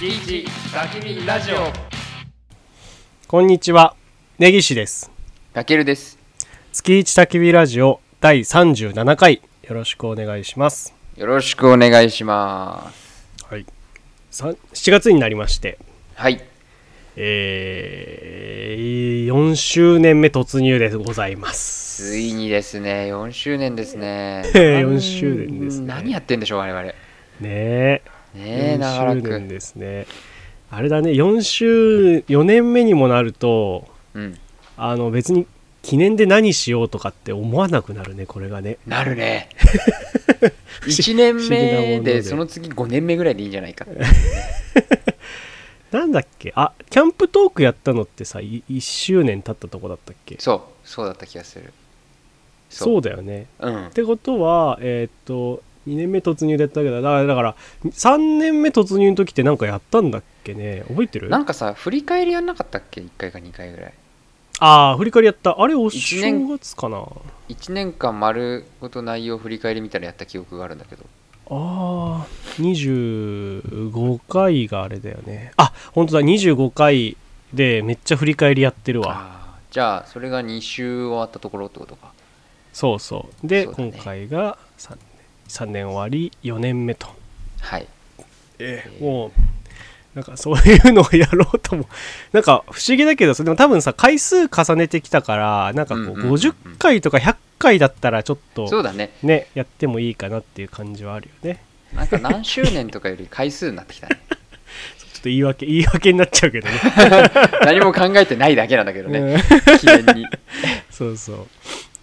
月一ガキビラジオこんにちは、根岸です。たけるです月一焚き火ラジオ第37回、よろしくお願いします。よろしくお願いしますはい、7月になりまして、はいえー、4周年目突入でございます。ついにですね4周年ですね4周年ですね。何やってんでしょう我々ねねええ、長4ら周年くですね。あれだね、4週、4年目にもなると、うんあの別に記念で何しようとかって思わなくなるね、これがね。なる ね1年不思議なも目のででその次5年目ぐらいでいいんじゃない かなんだっけあキャンプトークやったのってさい1周年経ったとこだったっけそうそうだった気がするそううだよねうんってことはえーっと2年目突入でやったわけどだからだから3年目突入の時ってなんかやったんだっけね覚えてるなあんかさ振り返りやんなかったっけ1回か2回ぐらいあー振り返りやったあれお一正年月かな1年間丸ごと内容振り返りみたいなやった記憶があるんだけどああ25回があれだよねあ本当だ25回でめっちゃ振り返りやってるわあーじゃあそれが2週終わったところってことかそうそうでそうだね今回が3年3年終わり4年目とはいええもうなんかそういうのをやろうともなんか不思議だけどそれでも多分さ回数重ねてきたからなんかうこんううんうんうん50回とか100回だったらちょっそとうだねねやってもいいかなっていう感じはあるよねなんか何周年とかより回数になってきた ねちょっと言い訳 言い訳になっちゃう けどね何も考えてないだけなんだけどねうん記念にそうそ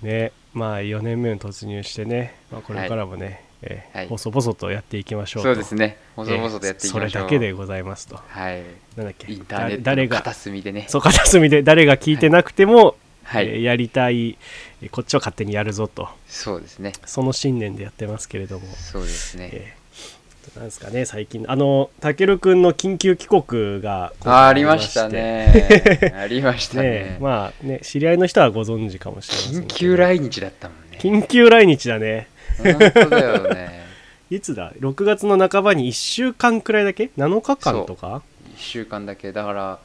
うねまあ4年目に突入してね、まあ、これからもね、ええはい細々とやっていきましょうとそうですね細々とええやっていきましょう、それだけでございますとはいなんだっけインターネット誰のが片隅でねそう片隅で誰が聞いてなくても、はいえーやりたいえーこっちを勝手にやるぞとそうですねその信念でやってますけれども、そうですねえーなんですかね最近あのたけるくんの緊急帰国があー今回ありましたねねありま したねえまあね知り合いの人はご存知かもしれませ緊んけど急来日だったもんね緊急来日だね本当だよねいつだ6月の半ばに1週間くらいだけ7日間とか1週間だけだから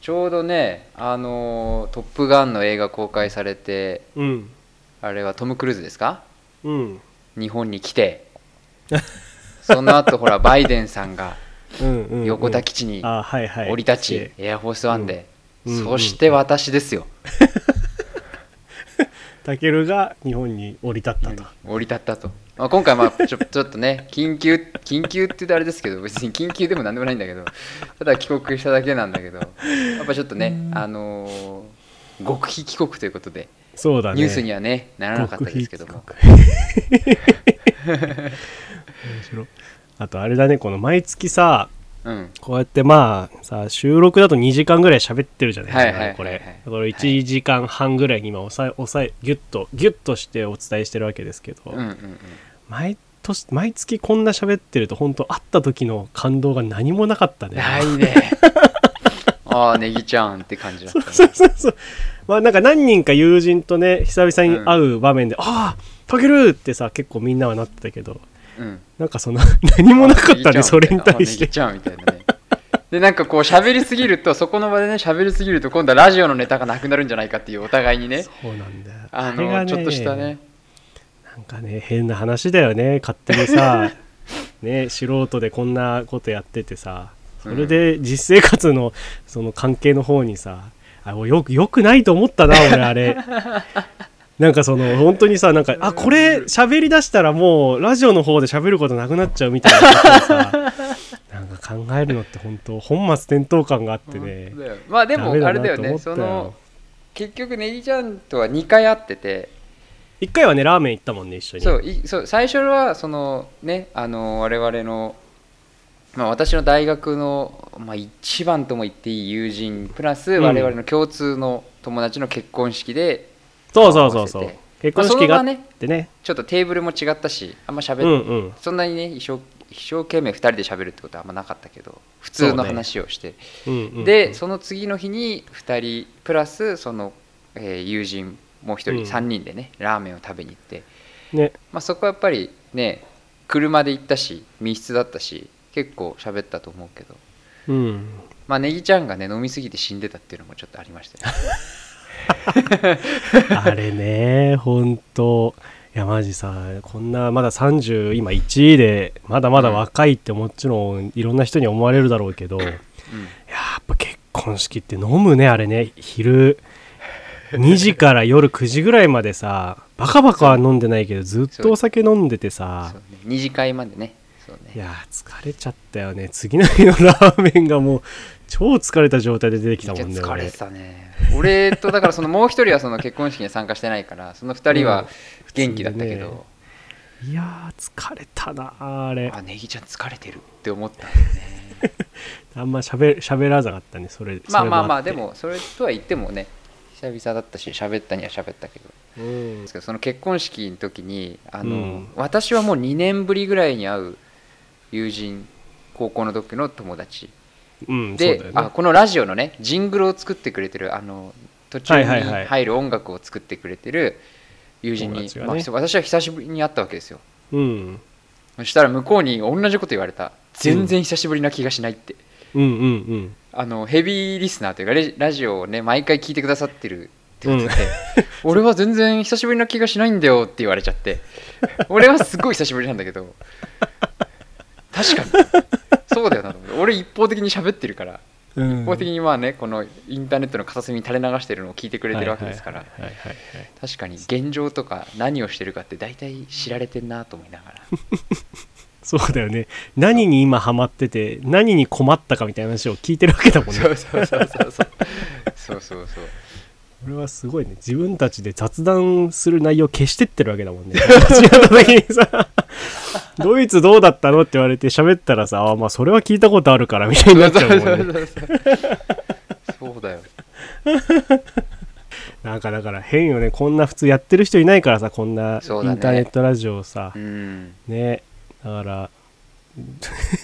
ちょうどね「あのートップガン」の映画公開されてうんあれはトム・クルーズですかうん日本に来 てその後ほらバイデンさんがうんうん、うん、横田基地にあーはいはい降り立ちエアフォースワンでうんそして私ですよたけるが日本に降り立ったと、降り立ったと、まあ、今回まあちょ ちょっとね緊急緊急って言うとあれですけど別に緊急でも何でもないんだけどただ帰国しただけなんだけどやっぱちょっとねあのー極秘帰国ということでそうだねニュースにはねならなかったですけども極秘企画面白い あとあれだねこの毎月さうんこうやってまあさ収録だと2時間ぐらい喋ってるじゃないですはいか、はいはいはいこれこれ1時間半ぐらいに今抑え抑えギュッとギュッとしてお伝えしてるわけですけど、うんうんうん毎年毎月こんな喋ってると本当会った時の感動が何もなかったねないねああネギちゃんって感じだったねそう そうそう。まあなんか何人か友人とね、久々に会う場面で、ああ、たけるってさ、結構みんなはなってたけど、うんなんかその、 何もなかったね、それに対しあネギて。ちゃんみたいなね。で、なんかこう、喋りすぎると、そこの場でね、喋りすぎると、今度はラジオのネタがなくなるんじゃないかっていう、お互いにね、そうなんだよ。あれの、がねちょっとしたね。なんかね、変な話だよね、勝手 にさ、ね、素人でこんなことやっててさ、それで実生活のその関係の方にさ、あよくよくないと思ったな、俺、あれ。なんかその本当にさなんかあこれ喋りだしたらもうラジオの方で喋ることなくなっちゃうみたいなこと をさなんか考えるのって本当本末転倒感があってね本当だよまあ、でも、ダあメれだよなと思ね、ったその、結局、ネギちゃんとは2回会ってて、一回はねラーメン行ったもんね一緒にそう、いそう最初は、その、ね、あの、我々の、まあ、私の大学の、まあ、一番とも言っていい友人、プラス、うん我々の共通の友達の結婚式で、そうそうそうそう合わせて結婚式があっまあその場ねてね,、ちょっとテーブルも違ったし、あんま喋っうんうんそんなにね一生一生懸命2人で喋るってことはあんまなかったけど普通の話をして、うんうんでその次の日に2人プラスその、えー友人もう1人、うん3人でねラーメンを食べに行って、ねまあ、そこはやっぱりね車で行ったし密室だったし結構喋ったと思うけどうん まあネギちゃんがね飲みすぎて死んでたっていうのもちょっとありました ねあれね、本当いや、マジさ、こんな、まだ30、今1位で、まだまだ若いってもちろん、いろんな人に思われるだろうけ ど、うやんっぱ結婚式って飲むね、あれね、昼、2時から夜9時ぐらいまでさ、バカバカは飲んでないけど、ずっとお酒飲んでてさそ、うね二次会までねそういねや、疲れちゃったよね。次の日のラーメンがもう、超疲れた状態で出てきめたっちもゃんね、疲れ俺て。たね俺とだからそのもう一人はその結婚式に参加してないからその二人は元気だったけど、うん普いやー、疲れたな、あれ。あネギちゃん疲れてるって思 ったんだよねあんましゃべらずかったねそれまあまあまあそでれっもそれとは言ってもね久々だったし喋ったには喋ったけどてうんですけどその結婚式の時にあの、うん私はもう2年ぶりぐらいに会う友人高校の時の友達うんで、そうだよあねこのラジオのねジングルを作ってくれてるあの途中にはいはいはい入る音楽を作ってくれてる友人に、友達がねまあひそ私は久しぶりに会ったわけですようんそしたら向こうに同じこと言われた全然久しぶりな気がしないって、うんうんあのヘビーリスナーというかレラジオをね毎回聞いてくださってるってことで、 俺は全然久しぶりな気がしないんだよって言われちゃって俺はすごい久しぶりなんだけど確かにそうだよなと思って俺一方的に喋ってるからうん一方的にまあねこのインターネットの片隅に垂れ流してるのを聞いてくれてるわけですから、はいはいはいはいはい確かに現状とか何をしてるかって大体知られてんなと思いながらそうだよね何に今ハマってて何に困ったかみたいな話を聞いてるわけだもんねそうそうそうそうそうそうそう そうこれはすごいね自分たちで雑談する内容を消してってるわけだもんね私がやった時に さドイツどうだったのって言われて喋ったらさあまあそれは聞いたことあるからみたいになっちゃうもんねそうだよなんかだから変よねこんな普通やってる人いないからさこんなインタそうだねーネットラジオをさうんねだから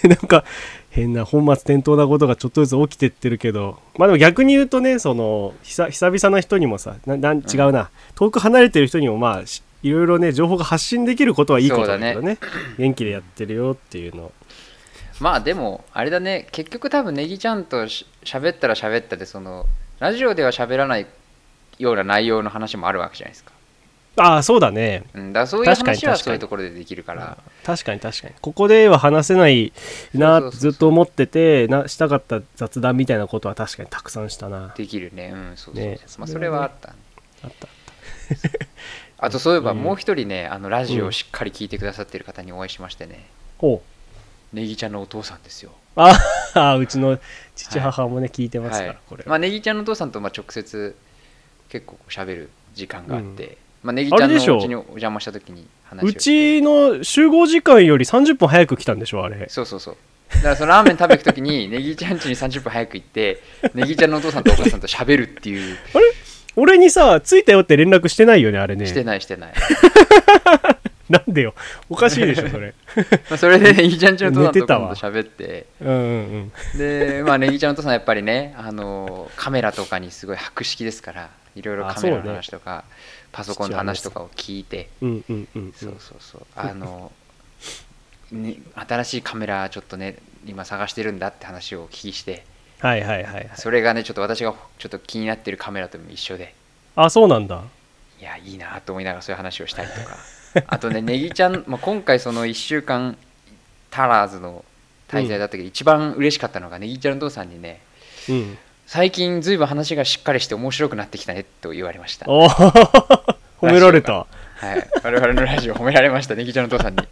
なんか変な本末転倒なことがちょっとずつ起きてってるけどまあでも逆に言うとねその久久々な人にもさななん違うな、遠く離れてる人にもまあしいろいろね情報が発信できることはいいことだけどね元気でやってるよっていうのまあでもあれだね結局多分ネギちゃんとし喋ったら喋ったでそのラジオでは喋らないような内容の話もあるわけじゃないですか、ああそうだねうん、だからそういう確かに話は確かそうにいうところでできるから確かに確かにここでは話せないそうそなうそうそずうっと思っててなしたかった雑談みたいなことは確かにたくさんしたなできるねうんそうそうそう、ねまあそそれれははねあった、あったあったあとそういえばうんもう一人ね、あのラジオうんをしっかり聞いてくださってる方にお会いしましてね、おうネギちゃんのお父さんですよ。あ あうちの父母もね、聞いてますから、はいこれ、まあ、ネギちゃんのお父さんとまあ直接結構喋る時間があって、うまあ、ネギちゃあんれでしのょお家にお邪魔した時に話をう聞いてちの集合時間より30分早く来たんでしょあれそうそうそう。だからそのラーメン食べる時 にネギちゃん家に30分早く行ってネギちゃんのお父さんとお母さんと喋るっていうあれ俺にさ着いたよって連絡してないよねあれねしてないしてない、なんでよおかしいでしょ それまあ、それでネギちゃん家のお父さんとお母寝てさんと喋ってうんうんうんで、まあ、ネギちゃんのお父さんはやっぱりねあのカメラとかにすごい博識ですからいろいろカメラの話とか、パソコンの話とかを聞いてうんうんうんうそうんそうそうあの、ね、新しいカメラちょっとね今探してるんだって話をお聞きしてはいはいはいはいそれがねちょっと私がちょっと気になってるカメラとも一緒であそうなんだいやいいなと思いながらそういう話をしたりとか あとねネギちゃん、まあ、今回その1週間タラーズの滞在だったけど、一番嬉しかったのがネギちゃんのお父さんにね うん最近ずいぶん話がしっかりして面白くなってきたねと言われました、はおー褒められたい、我々のラジオ褒められましたネギちゃんのお父さんに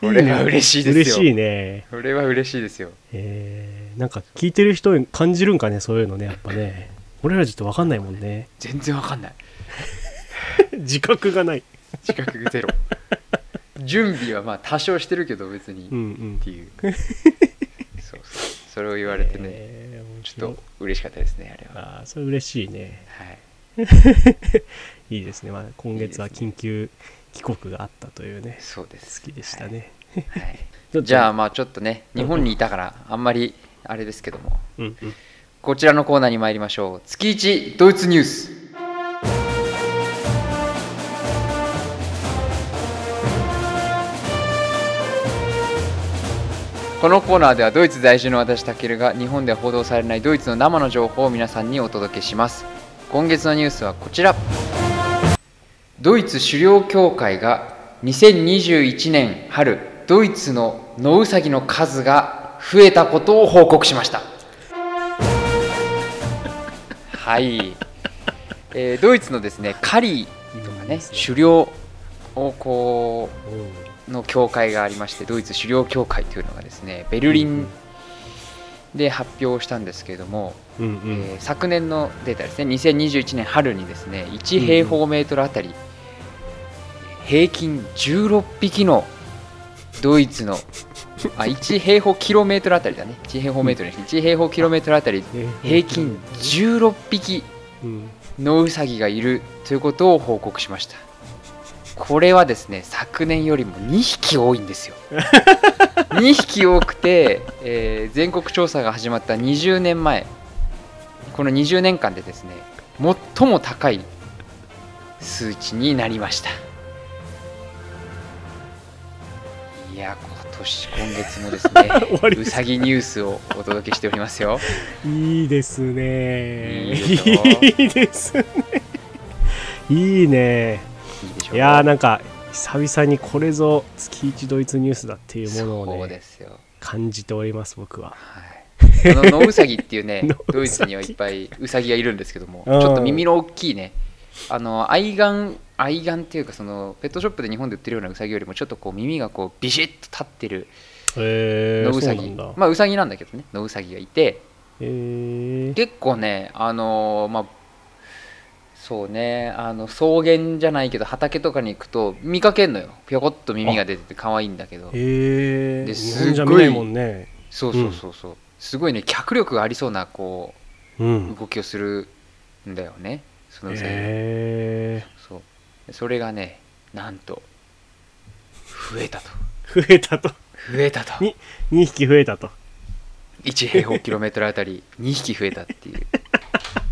これは嬉しいですよ嬉しいねこれは嬉しいですよえー、なんか聞いてる人に感じるんかねそういうのねやっぱね俺らちょっと分かんないも んね全然わかんない自覚がない自覚ゼロ準備はまあ多少してるけど別に、うっんうんていうそうそうそれを言われてね、えー面ちょ白っいと嬉しかったですねあれは、ああそれ嬉しいね はい、いいですね、まあ、今月は緊急帰国があったというねそうです好きでしたね、はいはいちょっとじゃあまあちょっとね日本にいたからあんまりあれですけどもうんうんこちらのコーナーに参りましょう月一ドイツニュースこのコーナーではドイツ在住の私たけるが日本では報道されないドイツの生の情報を皆さんにお届けします今月のニュースはこちらドイツ狩猟協会が2021年春ドイツの野ウサギの数が増えたことを報告しましたはい、えードイツのですね狩りとかいいねですね狩猟をこううんの教会がありましてドイツ狩猟協会というのがですねベルリンで発表したんですけれども、うんうんえー昨年のデータですね2021年春にですね1平方メートルあたり平均16匹のドイツのあ1平方キロメートルあたりだね1平方メートル1平方キロメートルあたりね平均16匹うんノウサギがいるということを報告しましたこれはですね昨年よりも2匹多いん ですよ2匹多くて、えー全国調査が始まった20年前この20年間でですね最も高い数値になりましたいや今年今月もですね 終わりうですさぎニュースをお届けしておりますよいいですいねいでしょいいですねいいねいいでしょういやーなんか久々にこれぞ月一ドイツニュースだっていうものそをうねですよ感じております僕ははい、こ の野ウサギっていうね野ウサギドイツにはいっぱいウサギがいるんですけどもちうんょっと耳の大きいねあの愛玩愛玩っていうかそのペットショップで日本で売ってるようなウサギよりもちょっとこう耳がこうビシッと立ってるへえ野ー、ウそサうなギ、んだまあウサギなんだけどね野ウサギがいてへえ結構ねあのーまあそうねあの草原じゃないけど畑とかに行くと見かけんのよぴょこっと耳が出てて可愛いんだけどへえで日本じゃ見ないもんねそうそうそうそう、すごいね脚力がありそうなこううん動きをするんだよね、そのウサギがへえそうでそれがねなんと増えたと増えたと 増えたとに2匹増えたと1平方キロメートルあたり2匹増えたっていう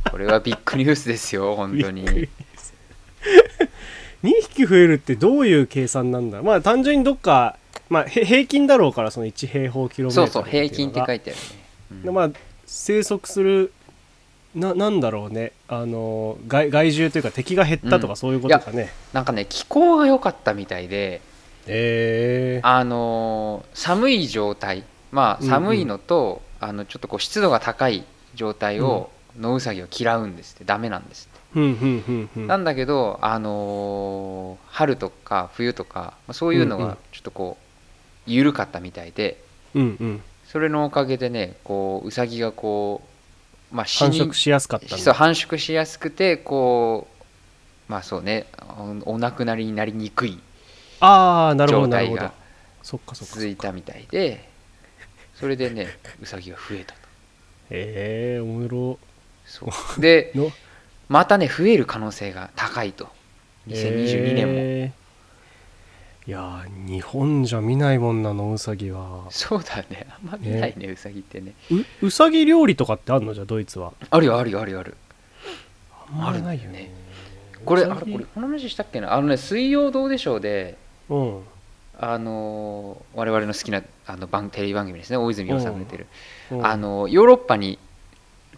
これはビッグニュースですよ本当にびっくりです2匹増えるってどういう計算なんだまあ単純にどっか、まあ、へ平均だろうからその1平方キロメートそルうそう平均って書いていてあるね、うのうがでんまあ生息するななんだろうねあの害害獣というか敵が減ったうとかんそういうことかね、なんかね気候が良かったみたいでえーあのー寒い状態まあうんうん寒いのと、あのちょっとこう湿度が高い状態を、ノウサギを嫌うんですってダメなんですってふんふんふんふんなんだけど、あのー春とか冬とかまあそういうのうんうんがちょっとこう緩かったみたいでうんうんそれのおかげでねこうウサギがこう、まあ、死繁に殖しやすかったんそうだ繁殖しやすくてこうまあそうねおお亡くなりになりにくいああなるほど状なる態ほどがそっかそっか続いたみたいでそれでねウサギが増えたとええー、おもろ そうでのまたね増える可能性が高いと2022年も、えーいやー日本じゃ見ないもんなのうさぎはそうだねあんま見ないねウサギってねううさぎ料理とかってあるのじゃあドイツはあるよあるよあるよあるあんまりないよねこれうあされぎこれこの話したっけなあのね「水曜どうでしょうで」うんあのー我々の好きなあの番テレビ番組ですね大泉洋さんが出てる、うんあのーヨーロッパに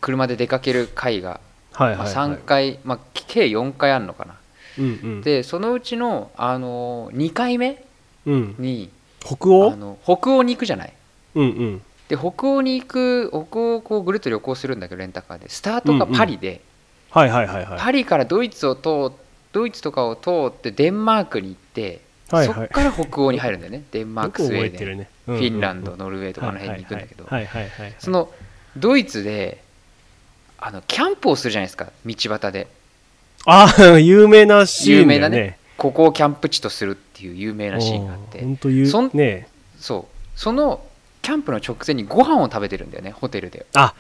車で出かける回が、はいまはあ、い、はい、 3回、まあ、計4回あるのかな、うんうんでそのうちの、あの2回目うん、にあ北欧の北欧に行くじゃないうんうんで北欧に行く北欧をこうぐるっと旅行するんだけどレンタカーでスタートがパリで、はいはいはいはいパリからドイツを通ドイツとかを通ってデンマークに行って、はいそはっいから北欧に入るんだ よねデンマーよクくスウ覚ェえーてデるン、ねフィンランドのノルウェーとかあの辺に行くんだけど、はいはいはいはいそのドイツであのキャンプをするじゃないですか道端でああ有名なシーンだ有名なよねねここをキャンプ地とするっていう有名なシーンがあっうてんほんと言そんうねそうそのキャンプの直前にご飯を食べてるんだよねホテルであ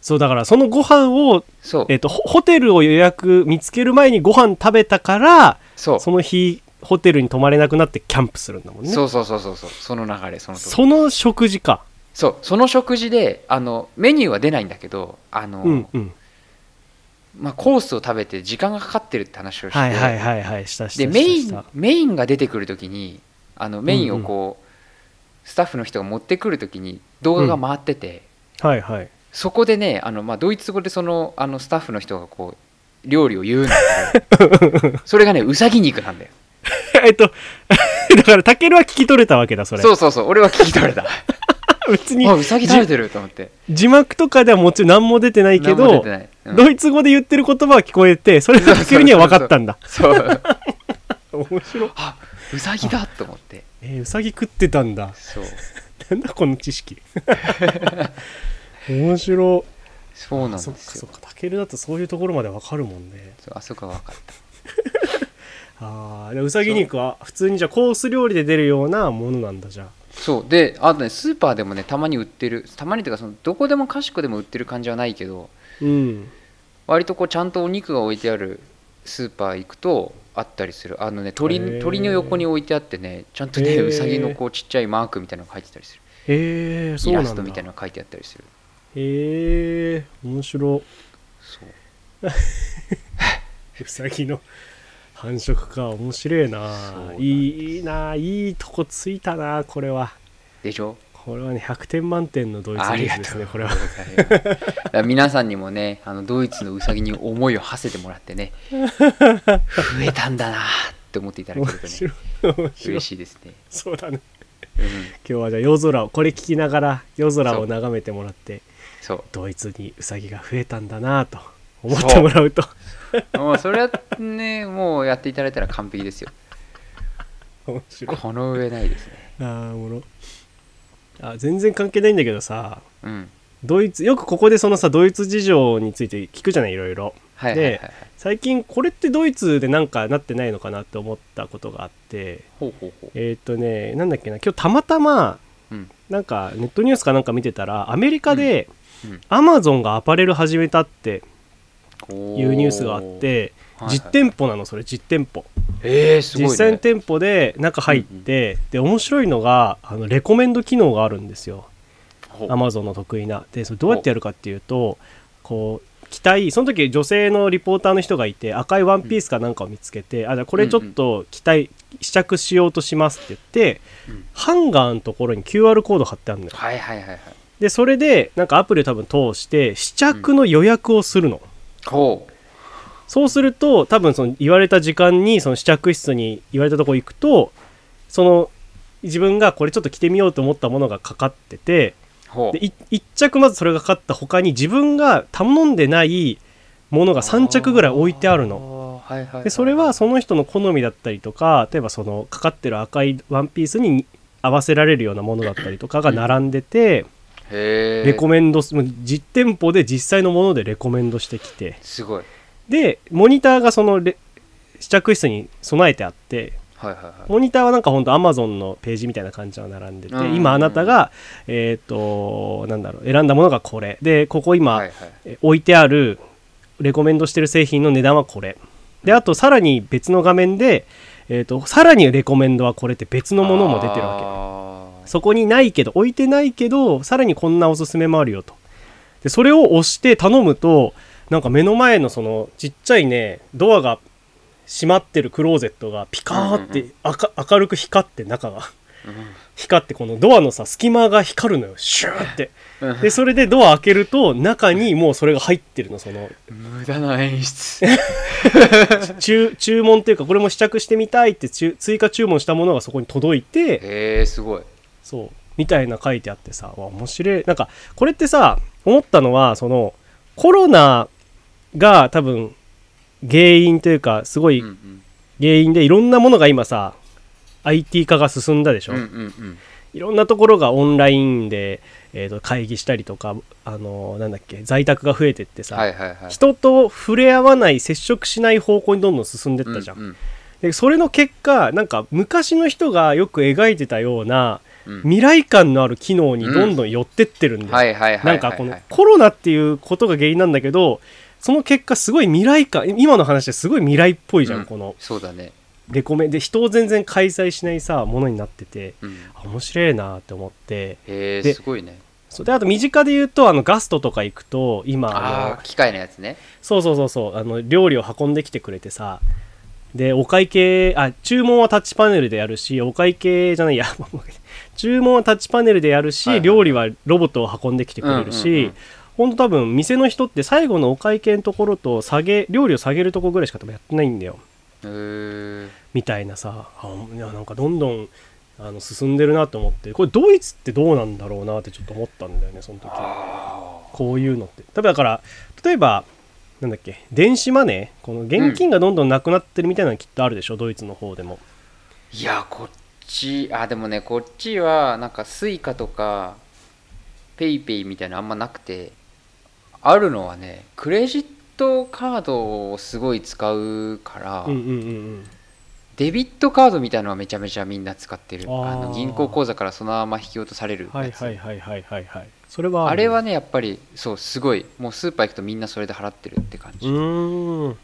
そうだからそのご飯をそうえっとホホテルを予約見つける前にご飯食べたからそうその日ホテルに泊まれなくなってキャンプするんだもんねそうそうそうそうそうその流れその通りその食事かそうその食事であのメニューは出ないんだけどあの、うんうんまあ、コースを食べて時間がかかってるって話をして、はいはいはいはいしたしたでしたメイしンたメインが出てくるときにあのメインをこう、スタッフの人が持ってくる時に動画が回ってて、はいはい そこでねあの、まあ、ドイツ語でそのあのスタッフの人がこう料理を言うんだけ どそれがねうさぎ肉なんだよえっと だからタケルは聞き取れたわけだそれそうそうそう俺は聞き取れた 別にあうさぎ食べてると思って字幕とかではもちろん何も出てないけ何も出どてないうんドイツ語で言ってる言葉は聞こえてそれがタケルには分かった んだそう面白いあうさぎだと思って えー、うさぎ食ってたんだそうなんだこの知識 面白そうなんそっでかすそよっかタケルだとそういうところまで分かるもんねそうあそこは分かったああうさぎ肉は普通にじゃあコース料理で出るようなものなんだじゃあそうであとねスーパーでもねたまに売ってるたまにというかそのどこでもかしこでも売ってる感じはないけどうん割とこうちゃんとお肉が置いてあるスーパー行くとあったりするあのね鳥へー鳥の横に置いてあってねちゃんとねへーうさぎのこうちっちゃいマークみたいなのが書いてたりするへえそイうなラんスだトみたいなのが書いてあったりするへえ面白そううさぎの繁殖か面白いそうなんなですいいないいとこついたなこれはでしょこれはね100点満点のドイツあニュりーがスでとすうねこれごはざいます だから皆さんにもねあのドイツのうさぎに思いを馳せてもらって ね増えたんだなって思っていただ面けると白ねい面白嬉いしいですね、そうだねうん、今日はじゃあ夜空をこれ聞きながら夜空を眺めてもらってそうドイツにウサギが増えたんだなと思ってもらうと もうそれはねもうやっていただいたら完璧ですよ面白いこの上ないですねあーおもろあ全然関係ないんだけどさうんドイツよくここでそのさドイツ事情について聞くじゃないいろいろはいはいはい、はいで、最近これってドイツでなんかなってないのかなって思ったことがあってほうほうほえーっ、とねなんだっけな今日たまたまううんなんかネットニュースかなんか見てたらアメリカでうんうんアマゾンがアパレル始めたっていうニュースがあっ、ておーはいはい実店舗なのそれ実店舗えー、すごい、ね、実際の店舗で中入って、で面白いのがあのレコメンド機能があるんですよほう Amazon の得意なでそれどうやってやるかっていうとこう着たいその時女性のリポーターの人がいて赤いワンピースかなんかを見つけて、あじゃあこれちょっと着たい試着しようとしますって言って、うんハンガーのところに QR コード貼ってあるのよはいはいはいはいでそれでなんかアプリを多分通して試着の予約をするの、ほうそうすると多分その言われた時間にその試着室に言われたとこ行くとその自分がこれちょっと着てみようと思ったものがかかっててほうでい1着まずそれがかかった他に自分が頼んでないものが3着ぐらい置いてあるの。のはいはい、はい、でそれはその人の好みだったりとか例えばそのかかってる赤いワンピースに合わせられるようなものだったりとかが並んでてへえレコメンドすもう実店舗で実際のものでレコメンドしてきてすごいでモニターがそのレ試着室に備えてあってはいはいはいモニターはなんかほんと Amazon のページみたいな感じが並んでて、うん今あなたがえっ、となんだろう選んだものがこれでここ今、はいはいえ置いてあるレコメンドしてる製品の値段はこれであとさらに別の画面で、えー、とさらにレコメンドはこれって別のものも出てるわけわそこにないけど置いてないけどさらにこんなおすすめもあるよとでそれを押して頼むとなんか目の前のそのちっちゃいねドアが閉まってるクローゼットがピカーっうんうて赤明るく光って中が光ってこのドアのさ隙間が光るのよシューってけ、うんでそれでドア開けると中にもうそれが入ってるのその 無駄な演出 注注文っていうかこれも試着してみたいって注追加注文したものがそこに届いてへえすごいそうみたいな書いてあってさわ面白いなんかこれってさ思ったのはそのコロナが多分原因というかすごいうんうん原因でいろんなものが今さ IT 化が進んだでしょ、うんうんいろんなところがオンラインで、えーと会議したりとかあのなんだっけ在宅が増えてってうさ、んはいはいはい人と触れ合わない接触しない方向にどんどん進んでったじゃん、うんうんでそれの結果なんか昔の人がよく描いてたようなうん未来感のある機能にどんどん寄ってってるんで、はいはいはいはいなはいんかこのコロナっていうことが原因なんだけどその結果すごい未来感今の話ですごい未来っぽいじゃん、うんこのそうだねレコメンで人を全然介在しないさものになっててうんあ面白いなって思ってへえですごいねそうであと身近で言うとあのガストとか行くと今あのああー機械のやつねそうそうそうそうあの料理を運んできてくれてさでお会計あ注文はタッチパネルでやるしお会計じゃないや 注文はタッチパネルでやるし、はいはい料理はロボットを運んできてくれうるんうんうしん、ほんと多分店の人って最後のお会計のところと下げ料理を下げるところぐらいしか多分やってないんだよへーみたいなさあいやなんかどんどんあの進んでるなと思ってこれドイツってどうなんだろうなってちょっと思ったんだよねその時あこういうのって例えばだから例えばなんだっけ電子マネーこの現金がどんどんなくなってるみたいなのきっとあるでしょ、ドイツの方でもーいやこっちあでもねこっちはなんかスイカとかペイペイみたいなのあんまなくてあるのはねクレジットカードをすごい使うから、うんうんうんデビットカードみたいのはめちゃめちゃみんな使ってるあーあの銀行口座からそのまま引き落とされるうんはやいつはいはいはいはいはいそれはあれはねねやっぱりそうすごいもうスーパー行くとみんなそれで払ってるって感うじ、ーん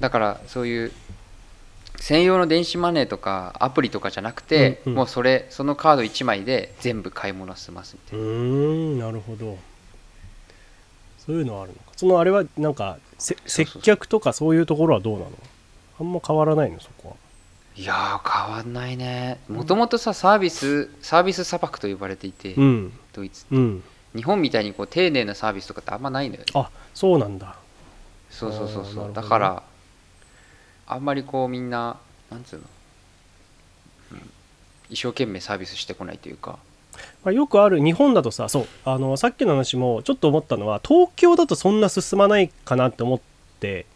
だからそういう専用の電子マネーとかアプリとかじゃなくて、うんうんもうそれそのカード1枚で全部買い物済ますみうたいな、ーんなるほどそういうのはあるのかそのあれはなんかせそうそう接客とかそういうところはどうなのあんま変わらないのそこはいやー変わんないねもともとさサービスサービス砂漠と呼ばれていて、うんドイツうん日本みたいにこう丁寧なサービスとかってあんまないのよねあそうなんだそうそうそうそう、あーなるほどねだからあんまりこうみんななんつうの、うん一生懸命サービスしてこないというかまあ、よくある日本だとさそうあのさっきの話もちょっと思ったのは東京だとそんな進まないかなって思って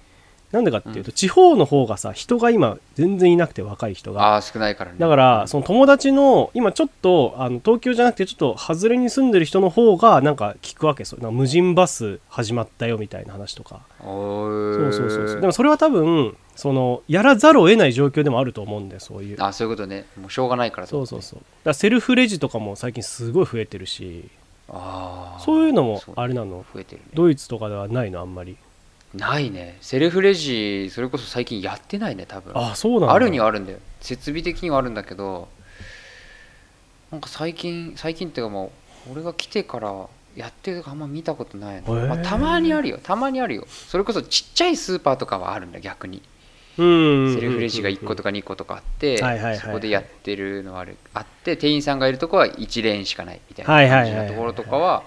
なんでかっていうと、地方の方がさ人が今全然いなくて若い人がああー少ないからねだからその友達の今ちょっとあの東京じゃなくてちょっと外れに住んでる人の方がなんか聞くわけそうなんか無人バス始まったよみたいな話とかおそーうそうそうそうでもそれは多分そのやらざるを得ない状況でもあると思うんだよそういうあそういうことねもうしょうがないからってそことうそねうそうだからセルフレジとかも最近すごい増えてるしああそういうのもそうあれなの増えてるねドイツとかではないのあんまりないねセルフレジそれこそ最近やってないね多分あそうなんだあるにはあるんだよ設備的にはあるんだけどなんか最近最近っていうかもう俺が来てからやってるとかあんま見たことないの、へえまあ、たまにあるよたまにあるよそれこそちっちゃいスーパーとかはあるんだ逆にセセルフレジが1個とか2個とかあってはいはいはいはいそこでやってるのはあるあって店員さんがいるとこは1レーンしかないみたいはいなはい感はいじはいのところとかは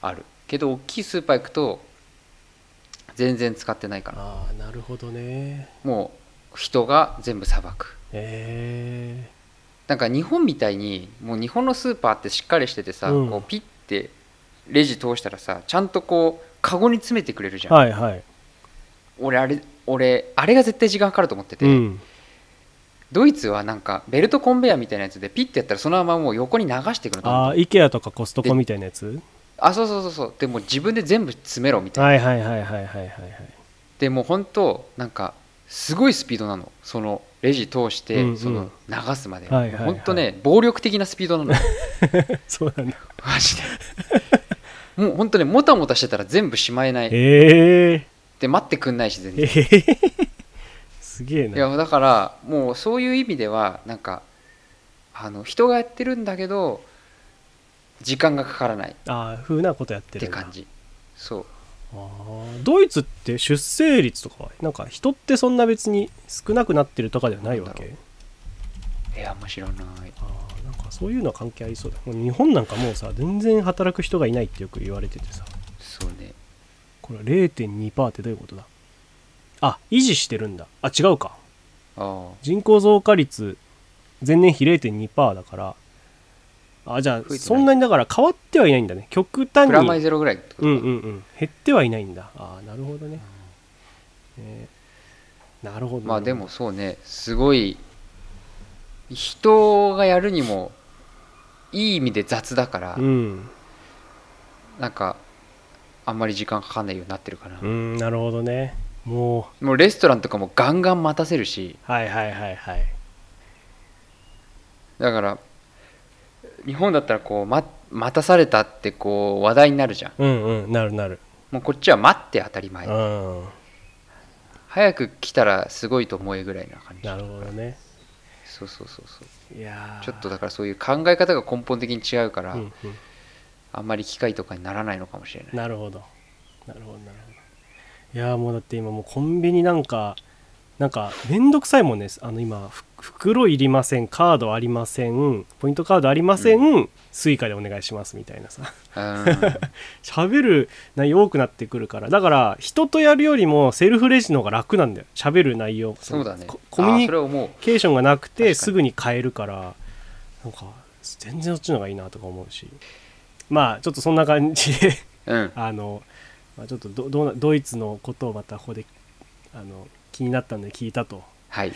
あるけど大きいスーパー行くと全然使ってないかなああなるほどねもう人が全部さばくえなんか日本みたいにもう日本のスーパーってしっかりしててさ、うんこうピッてレジ通したらさちゃんとこうカゴに詰めてくれるじえゃん、はいはい俺あれ俺あれが絶対時間かかると思ってて、うんドイツはなんかベルトコンベヤーみたいなやつでピッてやったらそのままもう横に流していくのどんどんああ IKEA とかコストコみたいなやつあそうそうそうそうでもう自分で全部詰めろみたいな、はいはいはいはいはいはいはい でもう本当なんかすごいスピードなのそのレジ通しうんうてんその流すまで、はいはいはい本当ね暴力的なスピードなのそうなんだマジでもう本当ねもたもたしてたら全部しまえないへえで待ってくんないし全え然えすげえいなやだからもうそういう意味ではなんかあの人がやってるんだけど時間がかからないっああふうなことやってるてんだ感じそうあードイツって出生率とかはなんか人ってそんな別に少なくなってるとかではないわけいや面白いないあーなんかそういうのは関係ありそうだもう日本なんかもうさ全然働く人がいないってよく言われててさそうねこれは0.2%ってどういうことだあ維持してるんだあ違うかああ人口増加率前年比0.2%だからあじゃてなあいそんなにだから変わってはいないんだね極端プラマイにゼロぐらいってことうかんうんうん減ってはいないんだああなるほどね、えーなるほどまあでもそうねすごい人がやるにもいい意味で雑だから、うんなんかあんまり時間かかんないようになってるかな、うんなるほどねもうもうレストランとかもガンガン待たせるしはいはいはいはいだから日本だったらこう、ま、待たされたってこう話題になるじゃんうんうんなるなる、もうこっちは待って当たり前、うん早く来たらすごいと思えぐらいな感じなるほどねそうそうそうそういやーちょっとだからそういう考え方が根本的に違うから、うんうんあんまり機械とかにならないのかもしれ ないなるほどなるほどなるほどいやーもうだって今もうコンビニなんかなんか面倒くさいもんですあの今ふ袋いりませんカードありませんポイントカードありません、スイカでお願いしますみたいなさ うん喋る内容多くなってくるからだから人とやるよりもセルフレジの方が楽なんだよ喋る内容そうだねココあミューニそれは思うケーションがなく確かてにすぐに買えるからなんか全然そっちの方がいいなとか思うしまあちょっとそんな感じで うんあの、まあ、ちょっとどどうなドイツのことをまたここであの気になったんで聞いたとはい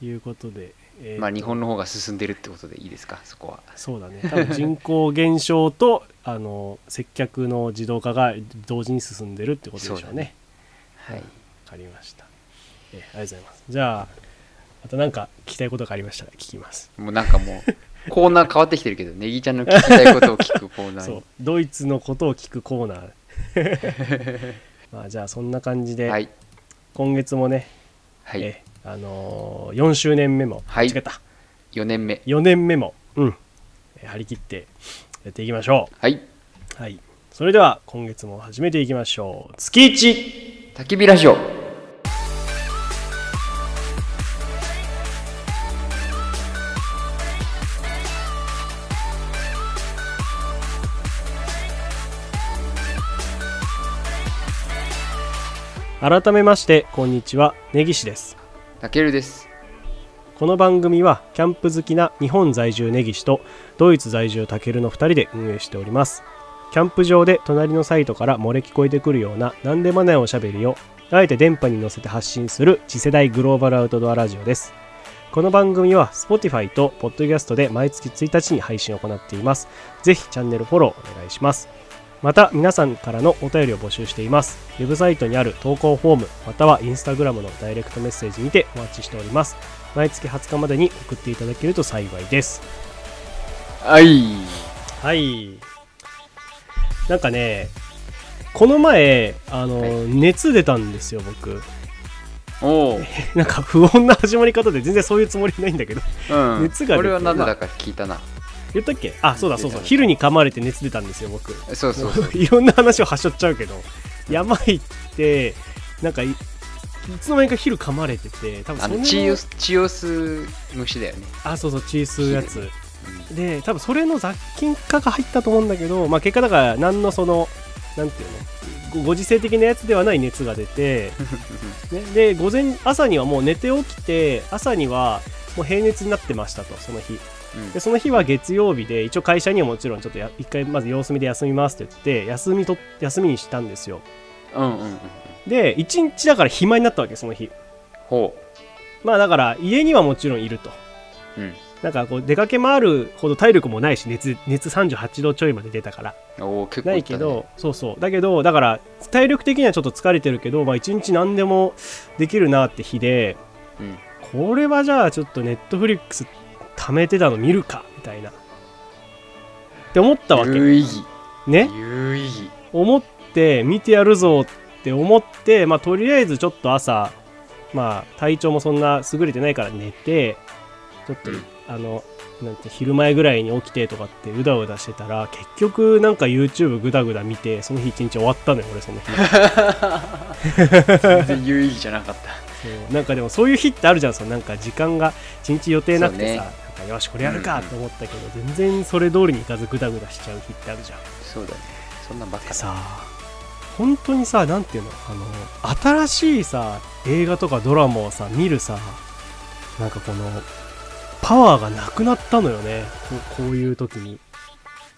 いうことで、えーまあ日本の方が進んでるってことでいいですかそこはそうだね多分人口減少と あの接客の自動化が同時に進んでるってことでしょうねそうわだねはいかりました、えーありがとうございますじゃあまた何か聞きたいことがありましたら聞きますもうなんかもうコーナー変わってきてるけどネギちゃんの聞きたいことを聞くコーナーそうにドイツのことを聞くコーナー まあじゃあそんな感じで、はい今月もね、はいえあのー、4周年目も、はい間違えた4年目4年目も、うん、え張り切ってやっていきましょはい。う、はい、それでは今月も始めていきましょう月一焚き火ラジオ。改めましてこんにちは根岸ですたけるです。この番組はキャンプ好きな日本在住根岸とドイツ在住タケルの2人で運営しておりますキャンプ場で隣のサイトから漏れ聞こえてくるような何でもないおしゃべりをあえて電波に乗せて発信する次世代グローバルアウトドアラジオですこの番組は Spotify と Podcast で毎月1日に配信を行っていますぜひチャンネルフォローお願いしますまた皆さんからのお便りを募集していますウェブサイトにある投稿フォームまたは Instagram のダイレクトメッセージにてお待ちしております毎月20日までに送っていただけると幸いですはい。はいなんかねこの前あの、はい熱出たんですよ僕 おお。なんか不穏な始まり方で全然そういうつもりないんだけどうん。熱が出てこれはなぜだか聞いたな。言ったっけあそうだ熱そう出たそう昼に噛まれて熱出たんですよ僕そうそうそう。 いろんな話をはしょっちゃうけど山行ってなんかいいつの間にか昼噛まれてて多分あそれの、チーオス、チーオス虫だよね。あそうそう血吸うやつで多分それの雑菌化が入ったと思うんだけど、まあ、結果だから何のそのなんていうのごご時世的なやつではない熱が出て、 ね、で午前朝にはもう寝て起きて朝にはもう平熱になってましたとその日うん。うんでその日は月曜日で一応会社にはもちろんちょっとや一回まず様子見で休みますって言って休みと休みにしたんですようんうんうん。で一日だから暇になったわけその日ほまあだから家にはもちろんいるとう。うん。なんかこう出かけ回るほど体力もないし熱熱38度ちょいまで出たからおお、結構ないいったけねど、。そうそうだけどだから体力的にはちょっと疲れてるけど、まあ、一日何でもできるなって日でうん。これはじゃあちょっとネットフリックス貯めてたの見るかみたいなって思ったわけ有意義。ね有意義。思って見てやるぞって思って、まあ、とりあえずちょっと朝、まあ、体調もそんな優れてないから寝てちょっと、うんあのなんて昼前ぐらいに起きてとかってうだうだしてたら結局なんか YouTube ぐだぐだ見てその日一日終わったのよ 俺その日全然有意義じゃなかった。そうなんかでもそういう日ってあるじゃんそのなんか時間が一日予定なくてさ、そうねなんかよしこれやるかと思ったけど、全然それ通りにいかずぐだぐだしちゃう日ってあるじゃん そうだね。そんなんばっかでださ本当にさなんていうのあの新しいさ映画とかドラマをさ見るさなんかこのパワーがなくなったのよねこうこういう時に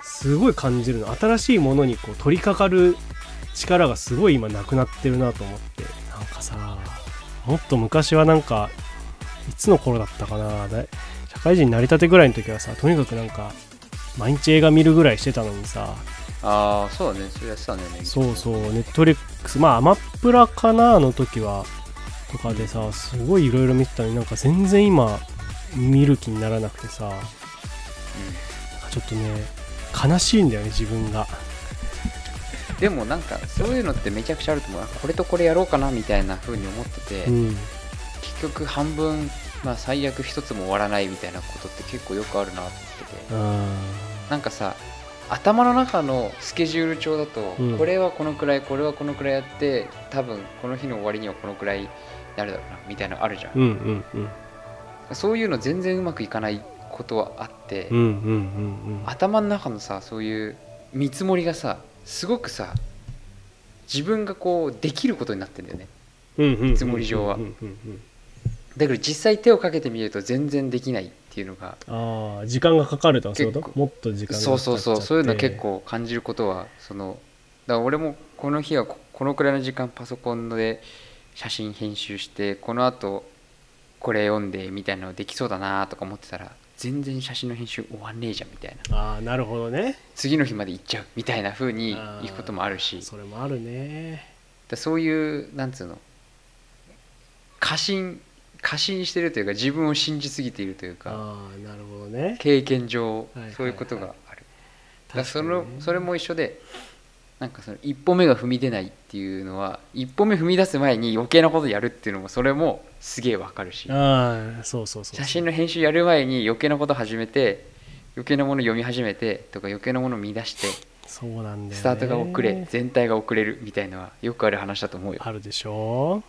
すごい感じるの新しいものにこう取り掛かる力がすごい今なくなってるなと思ってなんかさもっと昔はなんかいつの頃だったかなだい社会人になりたてぐらいの時はさとにかくなんか毎日映画見るぐらいしてたのにさああ、そうだね。それやってたんだよね。そうそう、ネットリックス、まあ、アマプラかなの時は、とかでさ、すごいいろいろ見てたのに、なんか全然今、見る気にならなくてさ、ちょっとね、悲しいんだよね、自分が。うんでもなんか、そういうのってめちゃくちゃあると思う。これとこれやろうかなみたいな風に思ってて。うん。結局半分、まあ、最悪一つも終わらないみたいなことって結構よくあるなと思っててうんなんかさ頭の中のスケジュール帳だと、うんこれはこのくらいこれはこのくらいやって多分この日の終わりにはこのくらい誰だろうなみたいなのあるじゃん、うんうんうんそういうの全然うまくいかないことはあって、うんうんうん頭の中のさそういう見積もりがさすごくさ自分がこうできることになってんだよねうんうん見積もり上はうんうんうんだけど実際手をかけてみると全然できないっていうのがああ時間がかかるとそういうこ結ともっと時間がかかっちゃそっうてそうそうそういうの結構感じることはそのだから俺もこの日はここのくらいの時間パソコンで写真編集してこのあとこれ読んでみたいなのできそうだなとか思ってたら全然写真の編集終わんねえじゃんみたいなああなるほどね次の日まで行っちゃうみたいな風に行くこともあるしそれもあるねだそういうなんつうの過信過信してるというか自分を信じすぎているというかああなるほどね経験上いはいはいそういうことがあるだから確かそにのねそれも一緒でなんかその一歩目が踏み出ないっていうのは一歩目踏み出す前に余計なことやるっていうのもそれもすげえわかるしああそうそうそう写真の編集やる前に余計なこと始めて余計なもの読み始めてとか余計なもの見出してそうなんだよ、ね、スタートが遅れ全体が遅れるみたいなのはよくある話だと思うよ。あるでしょ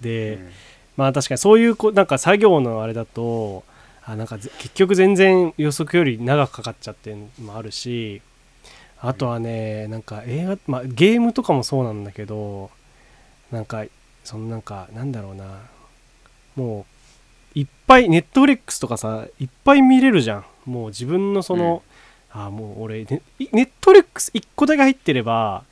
で、うんまあ確かにそういうこなんか作業のあれだとあなんかぜ結局全然予測より長くかかっちゃってるのもあるしあとはねなんか映画、まあ、ゲームとかもそうなんだけどなんかそのなんかなんだろうなもういっぱいネットフリックスとかさいっぱい見れるじゃんもう自分のその、あもう俺ねいネットフリックス1個だけ入ってれば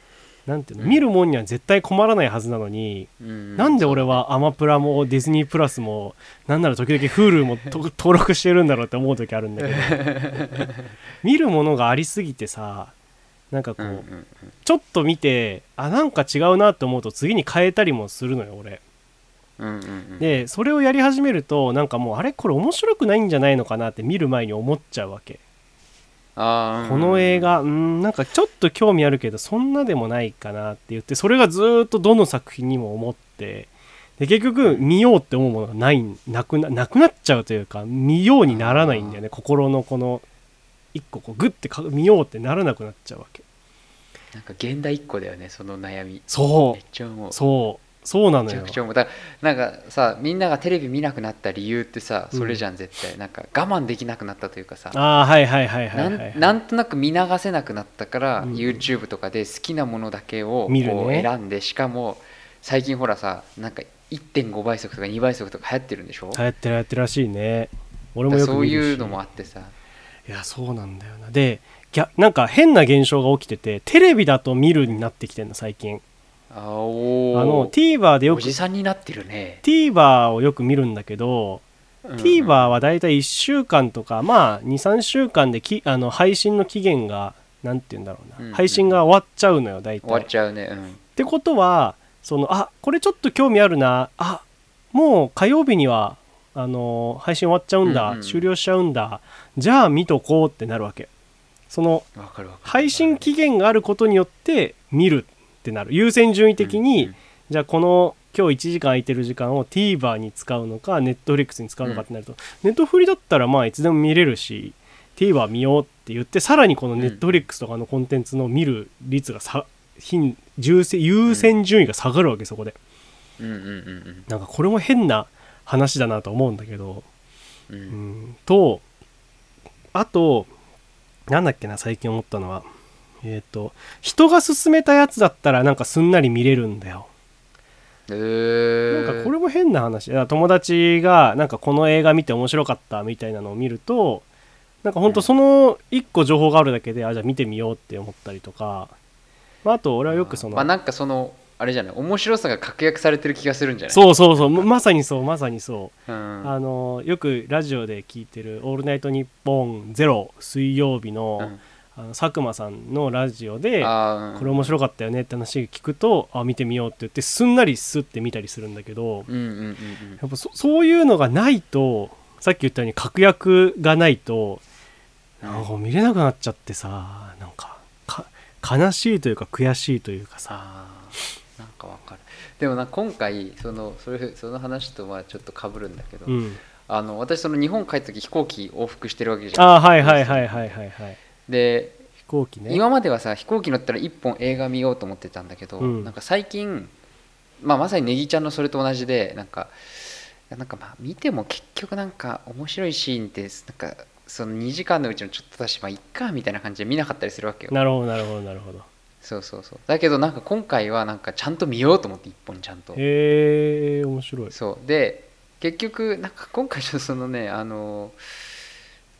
なんていうの、うん見るもんには絶対困らないはずなのにうんなんで俺はアマプラもディズニープラスもなんなら時々 Hulu もと 登録してるんだろうって思う時ある んだけど見るものがありすぎてさなんかこうんううんちょっと見てあなんか違うなって思うと次に変えたりもするのよ俺うんうんうんでそれをやり始めるとなんかもうあれこれ面白くないんじゃないのかなって見る前に思っちゃうわけあーこの映画うんなんかちょっと興味あるけどそんなでもないかなって言ってそれがずーっとどの作品にも思ってで結局見ようって思うものがないなくななくなっちゃうというか見ようにならないんだよね心のこの一個こうグッてか見ようってならなくなっちゃうわけなんか現代一個だよねその悩みそめっちゃ思ううそうそうなめのちゃよくちゃ思うだからなんかさみんながテレビ見なくなった理由ってさそれじゃん絶対、なんか我慢できなくなったというかさああはいはいはいはいなはい、んなんとなく見流せなくなったから、うん YouTube とかで好きなものだけをこ見るねう選んで、しかも最近ほらさなんか1.5倍速とか2倍速とか流行ってるんでしょ、流行ってる流行ってるらしいね俺だからもよくそう見るしいうのもあってさいやそうなんだよなでぎゃなんか変な現象が起きててテレビだと見るになってきてんの最近あおーあの TVer でよおくじさんになってるね、 TVer をよく見るんだけど、うん TVer はだいたい1週間とかまあ23週間できあの配信の期限が何て言うんだろうな、うんうん配信が終わっちゃうのよ大終わ体っちゃうねうんってことはそのあこれちょっと興味あるなあもう火曜日にはあの配信終わっちゃうんだ、うんうん終了しちゃうんだじゃあ見とこうってなるわけそのわかるわかる配信期限があることによって見るってなる優先順位的に、うんじゃあこの今日1時間空いてる時間を TVer に使うのか Netflix に使うのかってなると、ネットフリだったらまあいつでも見れるし TVer 見ようって言ってさらにこのん Netflix とかのコンテンツの見る率がさ頻重せ優先順位が下がるわけそこでうんうんうんなんかこれも変な話だなと思うんだけどうんうんうんとあとなんだっけな最近思ったのはえっ、と人が勧めたやつだったらなんかすんなり見れるんだよえなんー、かこれも変な話だから友達がなんかこの映画見て面白かったみたいなのを見るとなんかほんとその1個情報があるだけであじゃあ見てみようって思ったりとか、まあ、あと俺はよくそのまあなんかそのあれじゃない面白さが確約されてる気がするんじゃないそうそうそうままさにそうまさにそううん、あのよくラジオで聞いてる「オールナイトニッポンゼロ水曜日の、うんあの佐久間さんのラジオであーこれ面白かったよねって話聞くとあ見てみようって言ってすんなりスッて見たりするんだけどうんうんうんうんやっぱそそういうのがないとさっき言ったように確約がないとなんか見れなくなっちゃってさなんかか悲しいというか悔しいというかさあーなんかわかるでもな今回そのそれその話とはちょっとかぶるんだけど、うんあの私その日本帰った時飛行機往復してるわけじゃんあーはいはいはいはいはいはいで飛行機ね今まではさ飛行機乗ったら1本映画見ようと思ってたんだけど、うんなんか最近まあ、まさにネギちゃんのそれと同じでなんかなんかまあ見ても結局なんか面白いシーンってなんかその2時間のうちのちょっとだしまあいっかみたいな感じで見なかったりするわけよなるほどなるほどなるほどそうそうそうだけどなんか今回はなんかちゃんと見ようと思って一本ちゃんとへえ面白いそうで結局なんか今回ちょっとそのねあの、